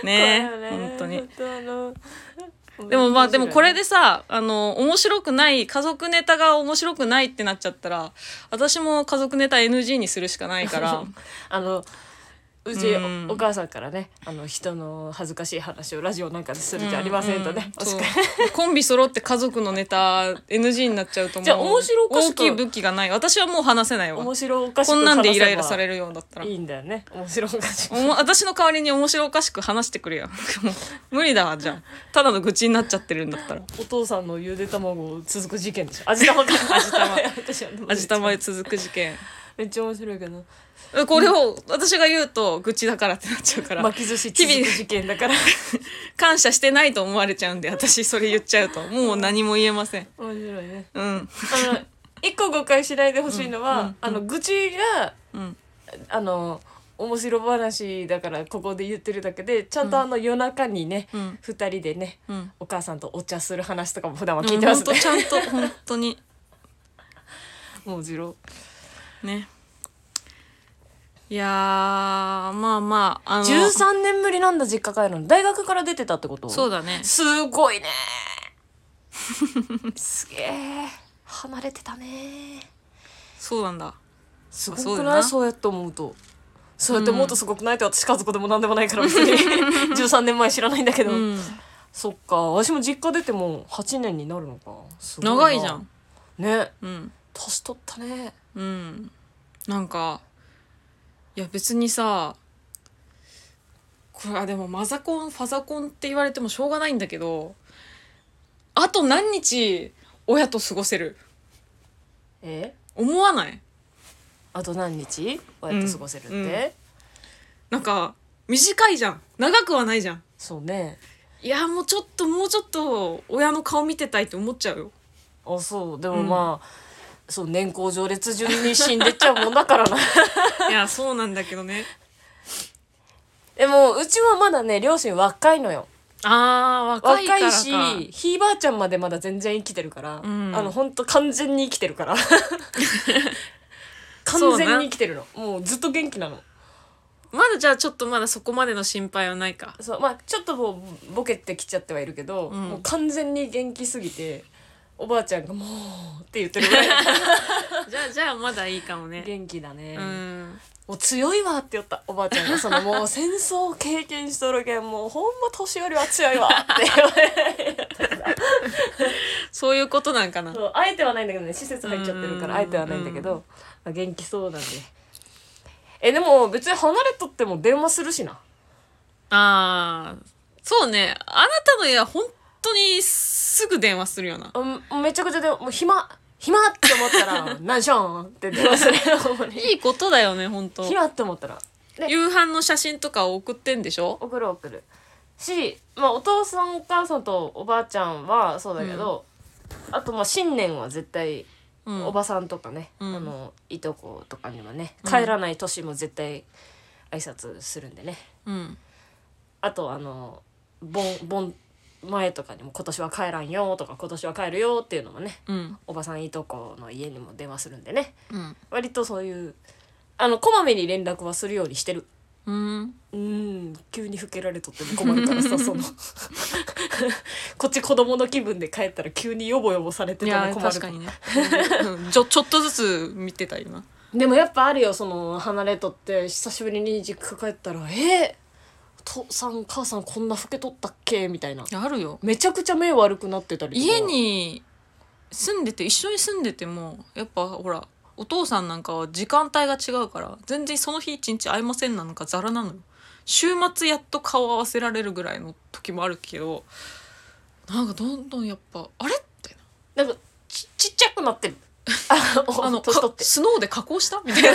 S1: ね
S2: 怖いよ
S1: 本当に
S2: 本当あの
S1: でもまあ
S2: 面白い
S1: でもこれでさあの面白くない家族ネタが面白くないってなっちゃったら私も家族ネタ NG にするしかない から
S2: あのうちお,、
S1: うん
S2: 母さんからねあの人の恥ずかしい話をラジオなんかでするじゃありませんとね、
S1: うん
S2: お叱
S1: そう
S2: り
S1: コンビ揃って家族のネタ NG になっちゃうと思う
S2: じゃあ面白おかし
S1: 大
S2: く
S1: きい武器がない私はもう話せないわ
S2: 面白おかしく
S1: こんなんでイライラされ
S2: る
S1: るようだったら
S2: いいんだよね面白おかしく
S1: おも私の代わりに面白おかしく話してくれよ もう無理だわじゃんただの愚痴になっちゃってるんだ ったら
S2: お父さんの ゆで卵を続く事件でしょ味玉か味
S1: 玉
S2: 私は
S1: 味玉へ続く事件
S2: めっちゃ面白いけど
S1: これを私が言うと愚痴だからってなっちゃうから、
S2: 巻き寿司続く事件だから
S1: 感謝してないと思われちゃうんで私それ言っちゃうともう何も言えません
S2: 面白いね
S1: うん
S2: あの一個誤解しないでほしいのは、
S1: うんうん
S2: あの愚痴が
S1: うん
S2: あの面白話だからここで言ってるだけでちゃんとあの夜中にね、
S1: うん
S2: 二人でね
S1: うん
S2: お母さんとお茶する話とかも普段は聞いてます
S1: ほんと
S2: ね
S1: ちゃんと本当に
S2: もう次郎
S1: ねいやーまあまああの
S2: 13年ぶりなんだ実家帰るの大学から出てたってこと
S1: そう
S2: だ
S1: だね
S2: すごいね すげえ離れてたね
S1: そうなんだ
S2: すご
S1: そう
S2: く
S1: だ
S2: ない
S1: な
S2: そうやって思うとそうやって思うとすごくないって私家族でも何でもないから別 に13年前知らないんだけど、
S1: うん
S2: そっか私も実家出てもう8年になるのかすごな
S1: 長いじゃん
S2: ね
S1: うん
S2: 年取ったね
S1: うんなんかいや別にさこれはでもマザコンファザコンって言われてもしょうがないんだけどあと何日親と過ごせる
S2: え
S1: 思わない
S2: あと何日親と過ごせるって、
S1: うんうんなんか短いじゃん長くはないじゃん
S2: そうね
S1: いやもうちょっともうちょっと親の顔見てたいって思っちゃう よ
S2: あそうでも
S1: うん
S2: まあ、そう年功序列順に死んでっちゃうもんだからな
S1: いやそうなんだけどね
S2: でもうちはまだね両親若いのよ
S1: あー若
S2: 若
S1: い
S2: い
S1: からか
S2: しひいばあちゃんまでまだ全然生きてるから、
S1: うん
S2: あのほんと完全に生きてる から完全に生きてるのもうずっと元気なの
S1: まだじゃあちょっとまだそこまでの心配はないか
S2: そうまあちょっともうボケてきちゃってはいるけど、
S1: うん
S2: もう完全に元気すぎておばあちゃんが「もう」って言ってるぐらい
S1: じゃあじゃあまだいいかもね
S2: 元気だね、
S1: うん
S2: もう強いわって言ったおばあちゃんがそのもう戦争を経験しとるけんもうほんま年寄りは強いわって言われて
S1: そういうことなんかな
S2: そうあえてはないんだけどね施設入っちゃってるからあえてはないんだけ
S1: う
S2: ど、まあ、元気そうなんでえでも別に離れとっても電話するしな
S1: あーそうねあなたの家は本当にすぐ電話するよな
S2: うんめちゃくちゃでもう暇暇って思 ったら「なんしょん」って電話するよ ほんまに
S1: いいことだよね本当
S2: 暇って思ったらで
S1: 夕飯の写真とかを送ってんでしょ
S2: 送る送るし、まあ、お父さんお母さんとおばあちゃんはそうだけど、あとまあ新年は絶対
S1: うん
S2: おばさんとかね、
S1: うん
S2: あのいとことかにはね
S1: うん
S2: 帰らない年も絶対挨拶するんでね、
S1: うん
S2: あとあの盆盆前とかにも「今年は帰らんよ」とか「今年は帰るよ」っていうのもね
S1: うん
S2: おばさんいとこの家にも電話するんでね
S1: うん
S2: 割とそういうあのこまめに連絡はするようにしてる。
S1: うん
S2: うん急に老けられとっても困るからさその こっち子供の気分で帰ったら急にヨボヨボされ
S1: い
S2: てた
S1: や
S2: ら困る
S1: 確かにねうんちょち ょっとずつ見てたよな
S2: でもやっぱあるよその離れとって久しぶりに実家帰ったら「えー、父さん母さんこんな老けとったっけ?」みたいな
S1: あるよ
S2: めちゃくちゃ目悪くなってたりとか
S1: 家に住んでて一緒に住んでてもやっぱほらお父さんなんかは時間帯が違うから全然その日一日会いませんなのかざらなのよ週末やっと顔合わせられるぐらいの時もあるけどなんかどんどんやっぱあれって
S2: なんかちちっちゃくなってる あの
S1: あの
S2: 年
S1: か
S2: 取って
S1: スノーで加工したみたいな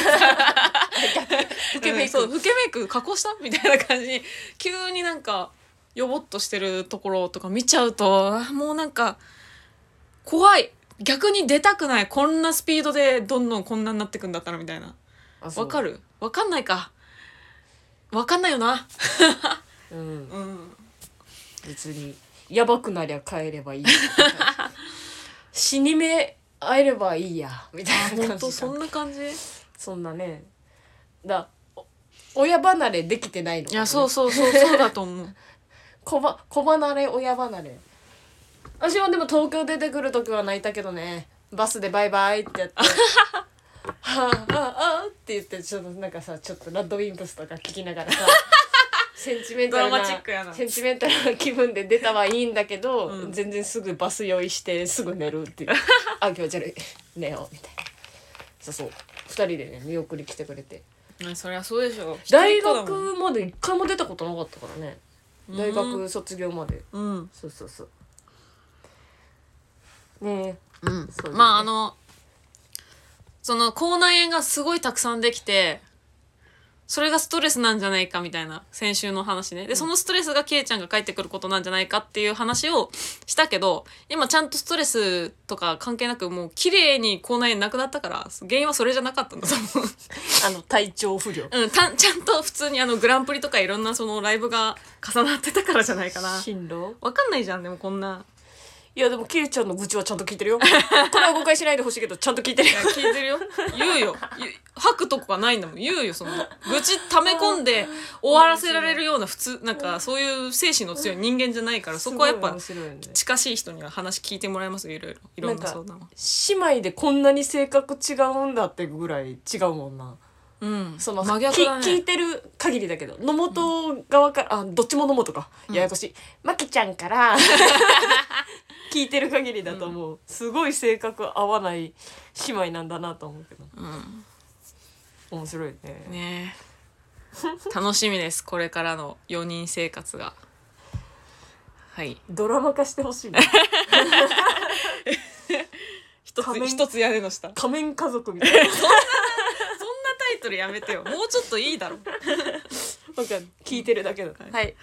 S2: 老けメイク
S1: そう老けメイク加工したみたいな感じに急になんかよぼっとしてるところとか見ちゃうとあもうなんか怖い逆に出たくないこんなスピードでどんどんこんなになってくんだったらみたいな
S2: あそう
S1: わかるわかんないかわかんないよな
S2: うん
S1: うん
S2: 別にやばくなりゃ帰ればいい死に目会えればいいやみたいな
S1: 本
S2: 感じ
S1: 当
S2: か
S1: そんな感じ
S2: そんなねだお親離れできてないのかも
S1: い
S2: ね、
S1: やそうそう そうそうだと思う
S2: 子ば子離れ親離れ私はでも東京出てくる時は泣いたけどねバスでバイバイっ てやってはあああって言ってちょっとなんかさちょっとラッドウィンプスとか聞きなが らさセンチメンタ
S1: ド
S2: ルな
S1: ラマチックやな
S2: センチメンタルな気分で出たはいいんだけど、
S1: うん
S2: 全然すぐバス用意してすぐ寝る っていうあ気持ち悪い寝ようみたいなそうそう2人でね見送り来てくれて
S1: ねそりゃそうでしょ
S2: 大
S1: 一人っ子だもん
S2: 学まで一回も出たことなかったからね大学卒業まで
S1: うん
S2: そうそうそうねえ
S1: うん
S2: そうだよね
S1: まああのその口内炎がすごいたくさんできてそれがストレスなんじゃないかみたいな先週の話ねでそのストレスがケイちゃんが帰ってくることなんじゃないかっていう話をしたけど今ちゃんとストレスとか関係なくもう綺麗に口内炎なくなったから原因はそれじゃなかったんだと思う。
S2: あの体調不良
S1: うん、たんちゃんと普通にあのグランプリとかいろんなそのライブが重なってたからじゃないかな。
S2: 進路
S1: わかんないじゃん、でもこんな。
S2: いやでもケイちゃんの愚痴はちゃんと聞い てるよこれは誤解しないでほしいけどちゃんと聞いてる
S1: いや、聞いてるよ。言うよ。ゆ吐くとこがないんだもん。言うよ、そんな。愚痴溜め込んで終わらせられるような普通、なんかそういう精神の強い人間じゃないから、そこはやっぱ
S2: すごい面白いよね
S1: 近しい人には話聞いてもらいますよ、いろいろ。いろんな相談は。
S2: 姉妹でこんなに性格違うんだってぐらい違うもんな
S1: うん。
S2: その
S1: 真逆だ
S2: き聞い
S1: ね。
S2: てる限りだけど野本側から、あどっちも野本か、ややこしいまきちゃんから 聞いてる限りだと思う、すごい性格合わない姉妹なんだなと思うけど
S1: うん。
S2: 面白いね
S1: ねえ楽しみです、これからの4人生活が。はい。
S2: ドラマ化してほしい ね
S1: 一
S2: 仮
S1: つ
S2: 面
S1: 一つ屋根の下そんな
S2: 仮面家族みたいな
S1: タイトルやめてよもうちょっといいだろ、
S2: なんか聞いてるだけだからはい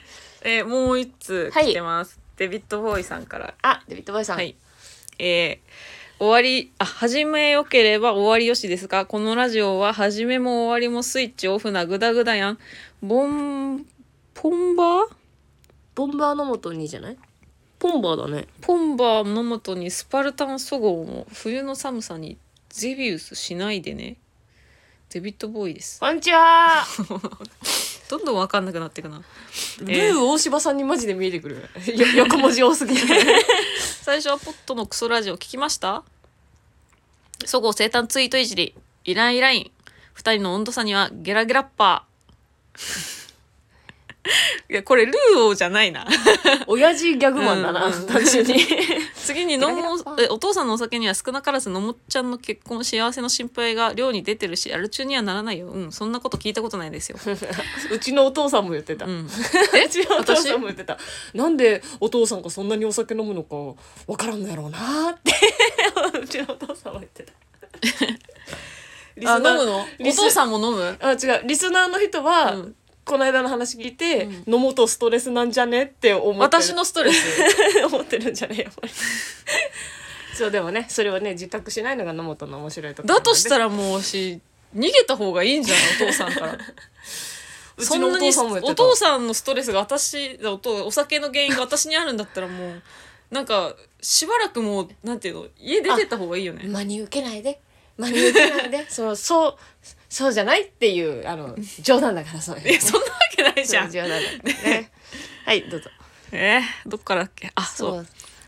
S1: えーもう一つ
S2: はい
S1: 来てます、デビッド・ボーイさんから
S2: あデビッドバイさん、
S1: はいえー終わりあ始めよければ終わりよしですがこのラジオは始めも終わりもスイッチオフなグダグダやんボンポンバー
S2: ボンバーの元にじゃないポンバーだね
S1: ポンバー野本にスパルタンそごうも冬の寒さにゼビウスしないでねデビッド・ボーイです
S2: こんにちは
S1: どんどんわかんなくなっていくな
S2: ルー大柴さんにマジで見えてくるよ 横文字多すぎて
S1: 最初はポットのクソラジオ聞きましたそごう生誕ツイートいじりイランイライン二人の温度差にはゲラゲラッパー いやこれルーオーじゃないな
S2: 親父ギャグマンだな、
S1: うんうん
S2: 単純に
S1: 次にの
S2: ゲラ
S1: も
S2: ゲラッパー
S1: えお父さんのお酒には少なからずのもっちゃんの結婚幸せの心配が寮に出てるしアル中にはならないようんそんなこと聞いたことないですよ、
S2: うちのお父さんも言ってた、
S1: う、
S2: うん ちのお父さんも言ってたなんでお父さんがそんなにお酒飲むのかわからんのやろうなって うちのお父さんは言って たリ
S1: あ
S2: ス
S1: 飲
S2: ナー
S1: むのお
S2: リス
S1: 父さんも飲む
S2: あ違うリスナーの人は、
S1: うん
S2: この間の話聞いて、
S1: う
S2: 飲むとストレスなんじゃねって思ってる
S1: 私のストレス
S2: 思ってるんじゃねえやっぱり そうでもねそれはね自覚しないのが野本の面白いところ
S1: だとした
S2: ら
S1: らもうし逃げた方がいいんじゃないお父さんから
S2: うちのお父さん
S1: そ
S2: もや
S1: なに
S2: って
S1: お
S2: た
S1: 父さんのストレスが私お父お酒の原因が私にあるんだったらもうなんかしばらくもうなんていうの家出てった方がいいよね
S2: 真に受けないで真に受けないで そうそうそうじゃないっていうあの冗談だからそう
S1: いやそんなわけないじゃん
S2: 冗談だからねはいどうぞ
S1: えー、どっからだっけあ
S2: そ
S1: そう
S2: う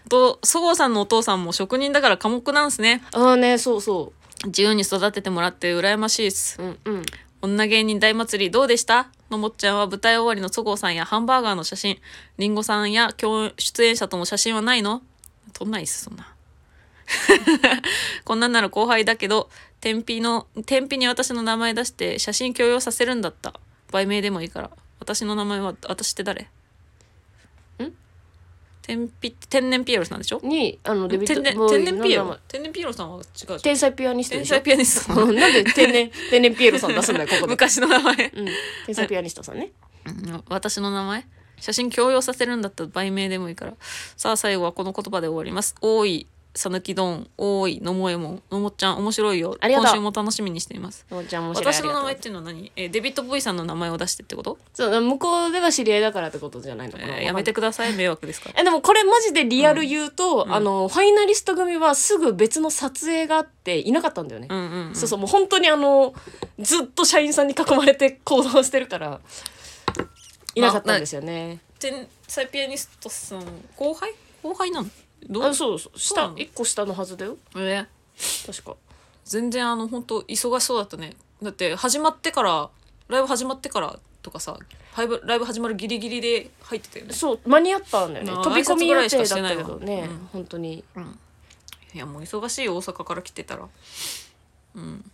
S1: とそごうさんのお父さんも職人だから寡黙なんすね
S2: ああねそうそ
S1: 自由に育ててもらって羨ましいっす
S2: ううんうん
S1: 女芸人大祭りどうでしたのもっちゃんは舞台終わりのそごうさんやハンバーガーの写真りんごさんや共演出演者との写真はないの撮んないっすそんな こんなんなら後輩だけど天日の天日に私の名前出して写真共有させるんだった売名でもいいから私の名前は私って誰ん天日って天然ピエロさんでしょ
S2: にあのデビッ
S1: 天
S2: ド
S1: 然
S2: ボー
S1: 天
S2: イ
S1: 然
S2: の
S1: ピエ
S2: 名
S1: ロ
S2: 前
S1: 天然ピエロさんは違うじゃん
S2: 天才ピアニストで
S1: 天
S2: しょ
S1: 才ピアニスト
S2: う
S1: の
S2: んなんで天然天然ピエロさん出すんだよここ で、
S1: 昔の名前
S2: うん、天才ピアニストさんね
S1: うん私の名前写真共用させるんだったら売名でもいいからさあ最後はこの言葉で終わります多いさぬきどん多いのもえもんのもっちゃん面白いよ
S2: ありがとう
S1: 今週も楽しみにしています
S2: のもちゃん面白い
S1: 私の名
S2: あ
S1: 前っ
S2: りがとう
S1: ていうのは何えーデビッド・ボーイさんの名前を出してってこと、
S2: そう向こうでは知り合いだからってことじゃないの
S1: え
S2: かな、
S1: ーやめてください迷惑ですから
S2: えでもこれマジでリアル言うと、あのファイナリスト組はすぐ別の撮影があっていなかったんだよね、
S1: うんうん、うん、
S2: そうそうもう本当にあのずっと社員さんに囲まれて行動してるからいなかったんですよね、
S1: 天才ピアニストさん後輩後輩なのど
S2: あ
S1: う
S2: そうそう
S1: そうな
S2: 下
S1: の
S2: 一個下のはずだよ
S1: えー
S2: 確か
S1: 全然あの本当忙しそうだったねだって始まってからライブ始まってからとかさライブライブ始まるギリギリで入ってたよね
S2: そう間に合ったんだよね
S1: なあ
S2: 飛び込み予定だっ
S1: 挨拶
S2: たけ
S1: ぐら
S2: ど
S1: いしかしてない
S2: ね
S1: わ、うん
S2: 本当に
S1: うん、いやもう忙しい大阪から来てたらうん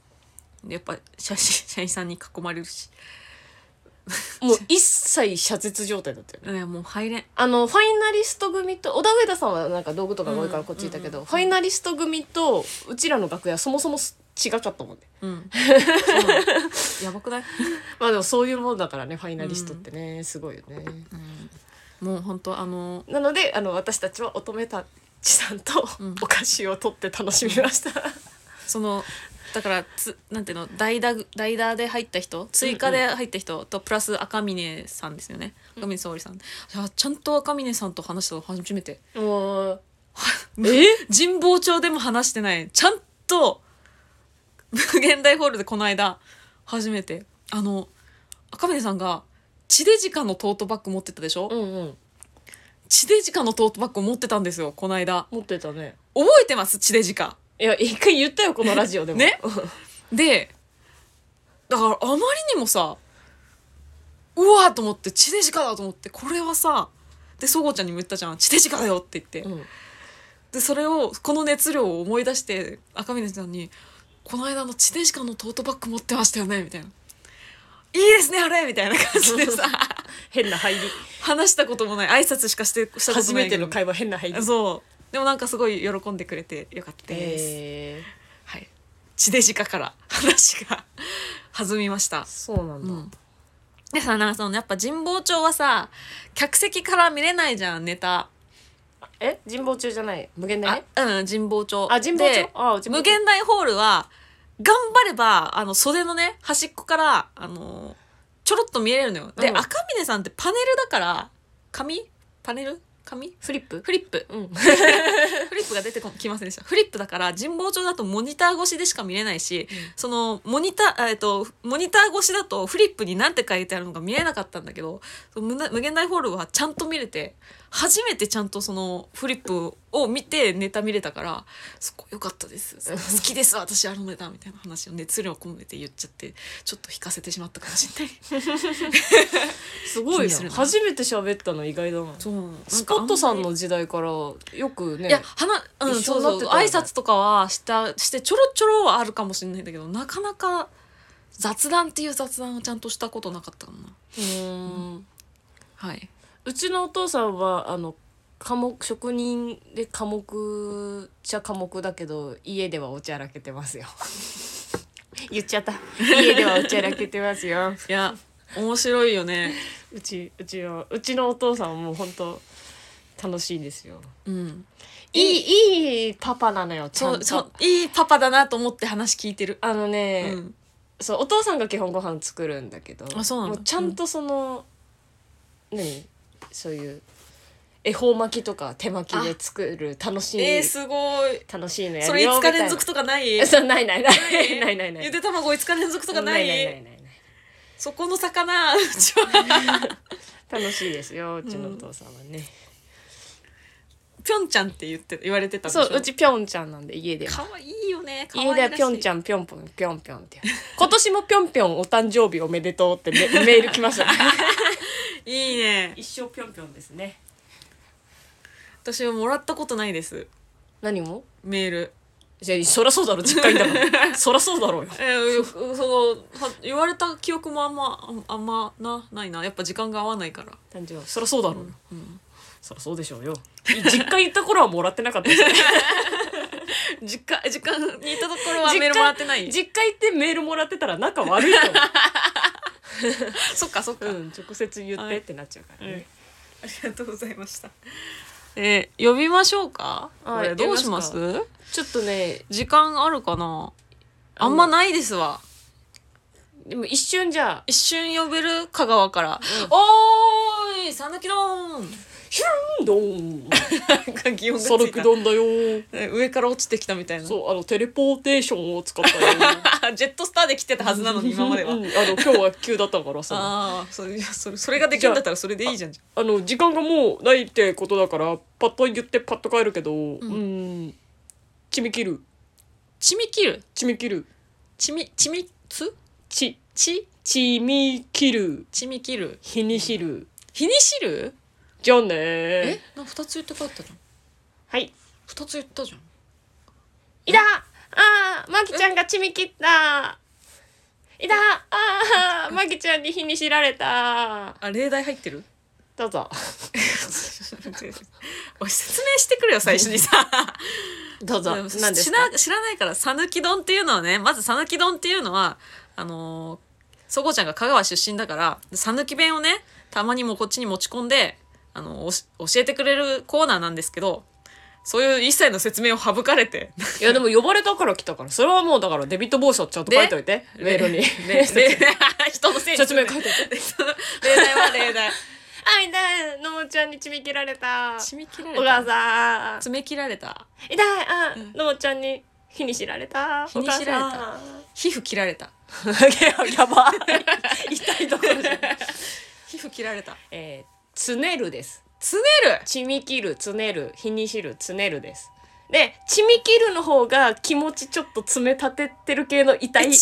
S1: やっぱ社社員 さんに囲まれるし
S2: もう一切謝絶状態だったよね
S1: いやもう入れん
S2: あのファイナリスト組と小田上田さんはなんか道具とかが多いからこっちいたけど、ファイナリスト組とうちらの楽屋そもそもす違かったもんね
S1: うんそうなのやばくない、
S2: まあでもそういうもんだからねファイナリストってね、すごいよね
S1: うん、もう本当あの
S2: なのであの私たちは乙女たちさんと
S1: うん
S2: お菓子を取って楽しみました、
S1: そのだからつなんていうの代打代打で入った人追加で入った人とプラス赤嶺さんですよね赤嶺沙織さん、あちゃんと赤嶺さんと話したの初めて
S2: もう
S1: え神保町でも話してないちゃんと無限大ホールでこの間初めてあの赤嶺さんが地デジカのトートバッグ持ってたでしょ、
S2: うんうん
S1: 地デジカのトートバッグを持ってたんですよこの間
S2: 持ってたね
S1: 覚えてます地デジカ
S2: いや一回言ったよこのラジオでも
S1: ねでだからあまりにもさうわーと思って地デジカだと思ってこれはさでそごうちゃんにも言ったじゃん地デジカだよって言って、
S2: うん
S1: でそれをこの熱量を思い出して赤嶺さんに「この間の地デジカのトートバッグ持ってましたよね」みたいな「いいですねあれ」みたいな感じで さ
S2: 変な入り
S1: 話したこともない挨拶しかしてしたこと
S2: 初
S1: な
S2: め
S1: い
S2: て
S1: けど
S2: の会話変な入り
S1: そうでもなんかすごい喜んでくれてよかったです、
S2: え
S1: はい地デジカから話が弾みました
S2: ー、そうなんだ、
S1: うんでさなんかそのやっぱ神保町はさ客席から見れないじゃんネタ
S2: え人望中じゃない無限大
S1: あ
S2: ね
S1: うん神保町
S2: あ神保町
S1: で
S2: あ神保町
S1: 無限大ホールは頑張ればあの袖のね端っこからあのちょろっと見れるのよで、
S2: うん
S1: 赤嶺さんってパネルだから紙パネル紙
S2: フリップ
S1: フリップ
S2: うん
S1: フリップが出てこきませんでした。フリップだから神保町だとモニター越しでしか見れないし、そのモニター、えっと、モニター越しだとフリップに何て書いてあるのか見えなかったんだけど、その無な無限大ホールはちゃんと見れて、初めてちゃんとそのフリップを見てネタ見れたから、そこ良かったです。好きです、私あのネタみたいな話を熱量込めて言っちゃって、ちょっと引かせてしまったかもしれない。
S2: すごい
S1: 気にする
S2: な
S1: な
S2: 初めて喋ったの意外だな
S1: そうなの
S2: スポットさんの時代からよくね
S1: いや花うん
S2: 一
S1: そう
S2: 緒にな
S1: そ
S2: って
S1: う
S2: たよ
S1: 挨
S2: ね
S1: 拶とかはしたしてちょろちょろはあるかもしれないんだけどなかなか雑談っていう雑談をちゃんとしたことなかったかな
S2: うーん
S1: はいう
S2: ちのお父さんはあの科目職人で科目ちゃ科目だけど家ではおちゃらけてますよ 言っちゃった家ではおちゃらけてますよ
S1: いや面白いよね
S2: うちうちはうちのお父さんはもう本当楽しいですよ
S1: うん
S2: いいいいパパなのよちゃ
S1: そ
S2: ん
S1: うそう
S2: と
S1: いいパパだなと思って話聞いてる
S2: あの
S1: う
S2: ね、
S1: ん
S2: そうお父さんが基本ご飯作るんだけど
S1: あそうなんだ
S2: もちゃんとその、何そういう恵方巻きとか手巻きで作る楽しい、
S1: えー、すごい
S2: 楽しいのや
S1: そ
S2: る
S1: れ
S2: よ
S1: 5
S2: み
S1: 日
S2: たいな
S1: 連続とかない
S2: そうないな いないないないない
S1: ゆで卵5日連続とかない
S2: ないないないない
S1: そこの魚 うちは
S2: 楽しいですようちのお父さんはね、
S1: ぴょんちゃんって言って言われてたんでし
S2: そ
S1: ょ
S2: ううちぴょんちゃんなんで家では
S1: かわいいよね
S2: 家ではぴょんち
S1: ゃん
S2: ゃんぴょんぽんぴょんぴょんって今年もぴょんぴょんお誕生日おめでとうっ てね、メール来ました
S1: いいね
S2: 一生ぴょんぴょんですね
S1: 私はもらったことないです
S2: 何も
S1: メール、
S2: じゃあそらそうだろ実家にだ からそらそうだろうよ
S1: えーよくそのは言われた記憶もあんまあんあんまなないなやっぱ時間が合わないから
S2: 誕生日そりゃそうだろうよ、
S1: うん
S2: そりゃそうでしょうよ実家行った頃はもらってなかったですよ
S1: 実家実家に行ったところは
S2: 実家
S1: メールもらってない
S2: 実家行ってメールもらってたら仲悪いと
S1: そっかそっか、
S2: 思う、うん、直接言ってってなっちゃうからね、
S1: ありがとうございましたえー呼びましょうかこ
S2: はい
S1: れどうします
S2: 呼ちょっとね
S1: 時間あるかなあんまないですわ
S2: でも一瞬じゃあ
S1: 一瞬呼べる香川から、おーいさぬきどん
S2: ヒューンドー ン
S1: 擬音がついた
S2: サルクドンだよー
S1: え上から落ちてきたみたいな
S2: そうあのテレポーテーションを使ったよ
S1: あ ジェットスターで来てたはずなのに今までは。
S2: うんあの今日は急だったからさあ
S1: ああそれいやそれそれができるんだったらそれでいいじゃんじ
S2: の時間がもうないってことだからパッと言ってパッと帰るけどうんんちみ切る
S1: ゃんちみきる
S2: ちみ切る
S1: ちみちみつ
S2: ち
S1: ち
S2: ちみ切る
S1: ちみきる
S2: 日にひる
S1: 日にしる
S2: じゃあね
S1: え
S2: ー
S1: な二つ言って帰ったじゃん
S2: はい
S1: 二つ言ったじゃん
S2: いだあーまきちゃんがちみ切ったいだあーまきちゃんに日にしられた
S1: あ例題入って る
S2: どうぞ
S1: おい説明してくれよ最初にさ
S2: どうぞ
S1: でも
S2: 何です
S1: 知
S2: から
S1: 知らないから讃岐丼っていうのはねまず讃岐丼っていうのはあのーそごうちゃんが香川出身だから讃岐弁をねたまにもこっちに持ち込んであのおし教えてくれるコーナーなんですけどそういう一切の説明を省かれて
S2: いやでも呼ばれたから来たからそれはもうだからデビット防止をちゃんと書いておいてメ ール に
S1: でで人のせいにす
S2: 説
S1: る
S2: 明書いておいて
S1: 例題は例題
S2: あ痛いのもちゃんにちみ切られた
S1: 締め切ら
S2: お母
S1: れた
S2: さん
S1: 詰め切られた
S2: 痛いあのもちゃんに火に知られた
S1: 火に知られた皮膚切られた
S2: お母さんやばい 痛いところじゃない
S1: 皮膚切られた
S2: えーつねるです
S1: つねる
S2: ちみ切るつねる日に知るつねるですでちみ切るの方が気持ちちょっと爪立ててる系の痛
S1: え
S2: い
S1: 締め切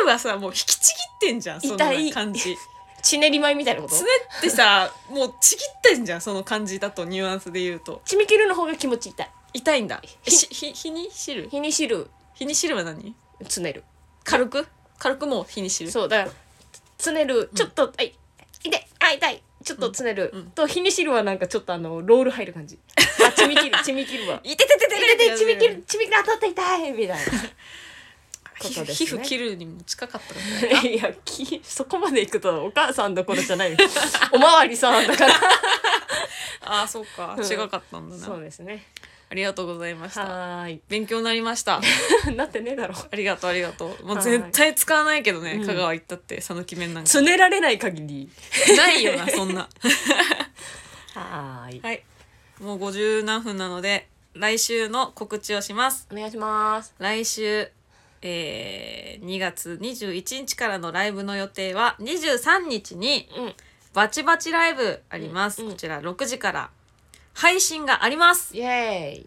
S1: るはさもう引きちぎってんじゃんその
S2: 痛い
S1: 感じ
S2: ちねりまいみたい なこと
S1: つねってさもうちぎってんじゃんその感じだとニュアンスで言うと
S2: ちみ切るの方が気持ち痛い
S1: 痛いんだえしひ日に汁
S2: 日に知る
S1: 日に汁は何
S2: つねる
S1: 軽く軽くもう日に汁
S2: そうだからつねるちょっと、あい痛いあ痛いちょっとつねる、
S1: うんうん
S2: と日に知るはなんかちょっとあのロール入る感じあちみ切 るちみ切るわ
S1: いてててて
S2: 痛
S1: て
S2: い
S1: て
S2: 痛
S1: て
S2: いちみ切るちみ切る当たった痛いみたい
S1: 皮
S2: こと
S1: 膚
S2: ですね
S1: 皮膚切るにも近かったか
S2: ないやきそこまでいくとお母さんどころじゃ ないおまわりさんだから
S1: らああそうか
S2: うん
S1: 違かったんだ
S2: そう
S1: な
S2: ですね
S1: ありがとうございました
S2: はーい
S1: 勉強になりました
S2: なってねえだろ
S1: ありがとうありがとうも
S2: は
S1: う
S2: い
S1: 絶対使わないけどね
S2: うん
S1: 香川行ったって讃岐麺なんか
S2: つねられない限り
S1: ないよなそんな
S2: はーい
S1: はい。もう50何分なので、来週の告知をします。
S2: お願いします
S1: 来週、えー、2月21日からのライブの予定は、23日に、
S2: うん
S1: バチバチライブあります。
S2: うんうん
S1: こちら6時から、配信があります。
S2: イエーイ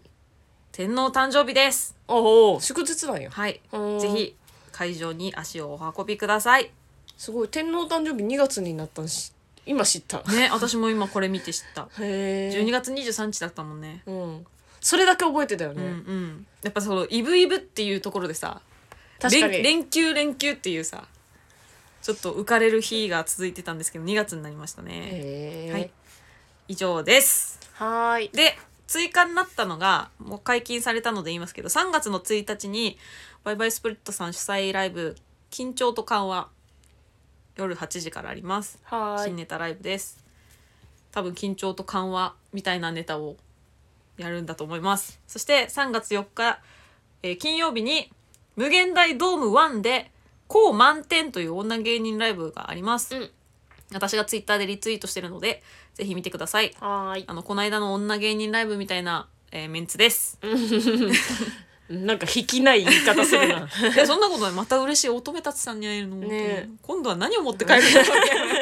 S1: 天皇誕生日です。
S2: おお祝日なんや
S1: はい。
S2: ぜ
S1: ぜひ、会場に足をお運びください。
S2: すごい天皇誕生日2月になったんし今知った
S1: ね、私も今これ見て知 った。
S2: へえ
S1: 12月23日だったもんね。
S2: うんそれだけ覚えてたよ
S1: う
S2: ね、
S1: んうん。やっぱその、イブイブっていうところでさ、
S2: 確かに
S1: 連連休連休っていうさちょっと浮かれる日が続いてたんですけど2月になりましたね
S2: へえ
S1: はい以上です
S2: はーい
S1: で追加になったのがもう解禁されたので言いますけど3月の1日にバイバイスプリットさん主催ライブ「緊張と緩和」夜8時からあります
S2: はー
S1: 新
S2: い
S1: ネタライブです多分緊張と緩和みたいなネタをやるんだと思いますそして3月4日、えー金曜日に無限大ドーム1で「こう満点」という女芸人ライブがあります、
S2: うん
S1: 私がツイッターでリツイートしてるのでぜひ見てください
S2: はーい
S1: あのこの間の女芸人ライブみたいな、えーメンツです
S2: なんか引きない言い方する な
S1: いやそんなことないまた嬉しい乙女たちさんに会えるの、
S2: ねえ
S1: 今度は何を持って帰るんだろう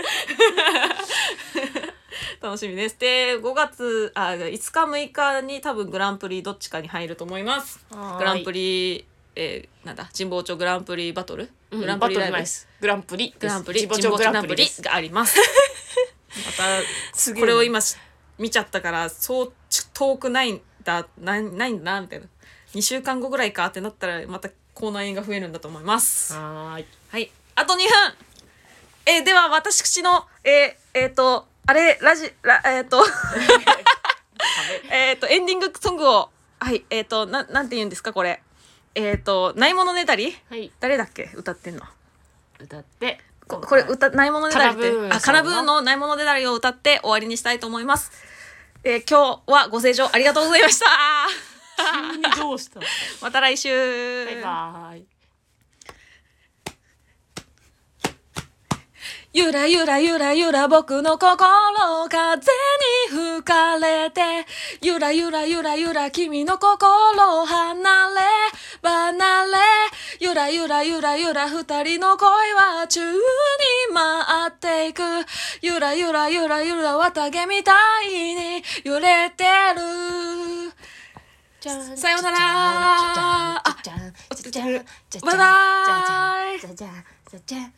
S1: 楽しみですで5月あ5日6日に多分グランプリどっちかに入ると思いますグランプ
S2: リ
S1: リ、えーなんだ神保町グランプリバトル、
S2: う
S1: グ
S2: んバ
S1: ラン
S2: ト
S1: プ
S2: ル
S1: リ
S2: じ
S1: ライ
S2: ゃな
S1: ブ
S2: いですグランプリ
S1: グランプリ
S2: 自
S1: 神
S2: 己
S1: 保町
S2: グ
S1: グ
S2: ラ
S1: ラ
S2: ン
S1: ン
S2: プ
S1: プ
S2: リ
S1: リ
S2: です
S1: があります また
S2: すげえ
S1: これを今し見ちゃったからそうち遠くないんだないないんだなみたいな2週間後ぐらいかってなったらまた口内炎が増えるんだと思います
S2: はーい
S1: はい。あと2分えーでは、私の、えーえーと、あれ、ラジ、ラえっ、 と、えっと、エンディングソングを、はい、えっ、と、な、なんて言うんですか、これ。えっ、と、ないものねだり
S2: はい
S1: 誰だっけ歌ってんの。
S2: 歌って
S1: ここれ歌、ないものねだりって
S2: カラブーンさん。の
S1: あ、カラブーンのないものねだりを歌って終わりにしたいと思います。えー今日はご清聴ありがとうございました。
S2: 急にどうしたバ
S1: また来週。
S2: イバーイ
S1: ゆらゆらゆらゆら僕の心を風に吹かれてゆらゆらゆらゆら君の心を離れ離れゆらゆらゆらゆら二人の恋は宙に舞っていくゆらゆらゆらゆら綿毛みたいに揺れてる
S3: さようならあ
S1: あ
S3: バイバイ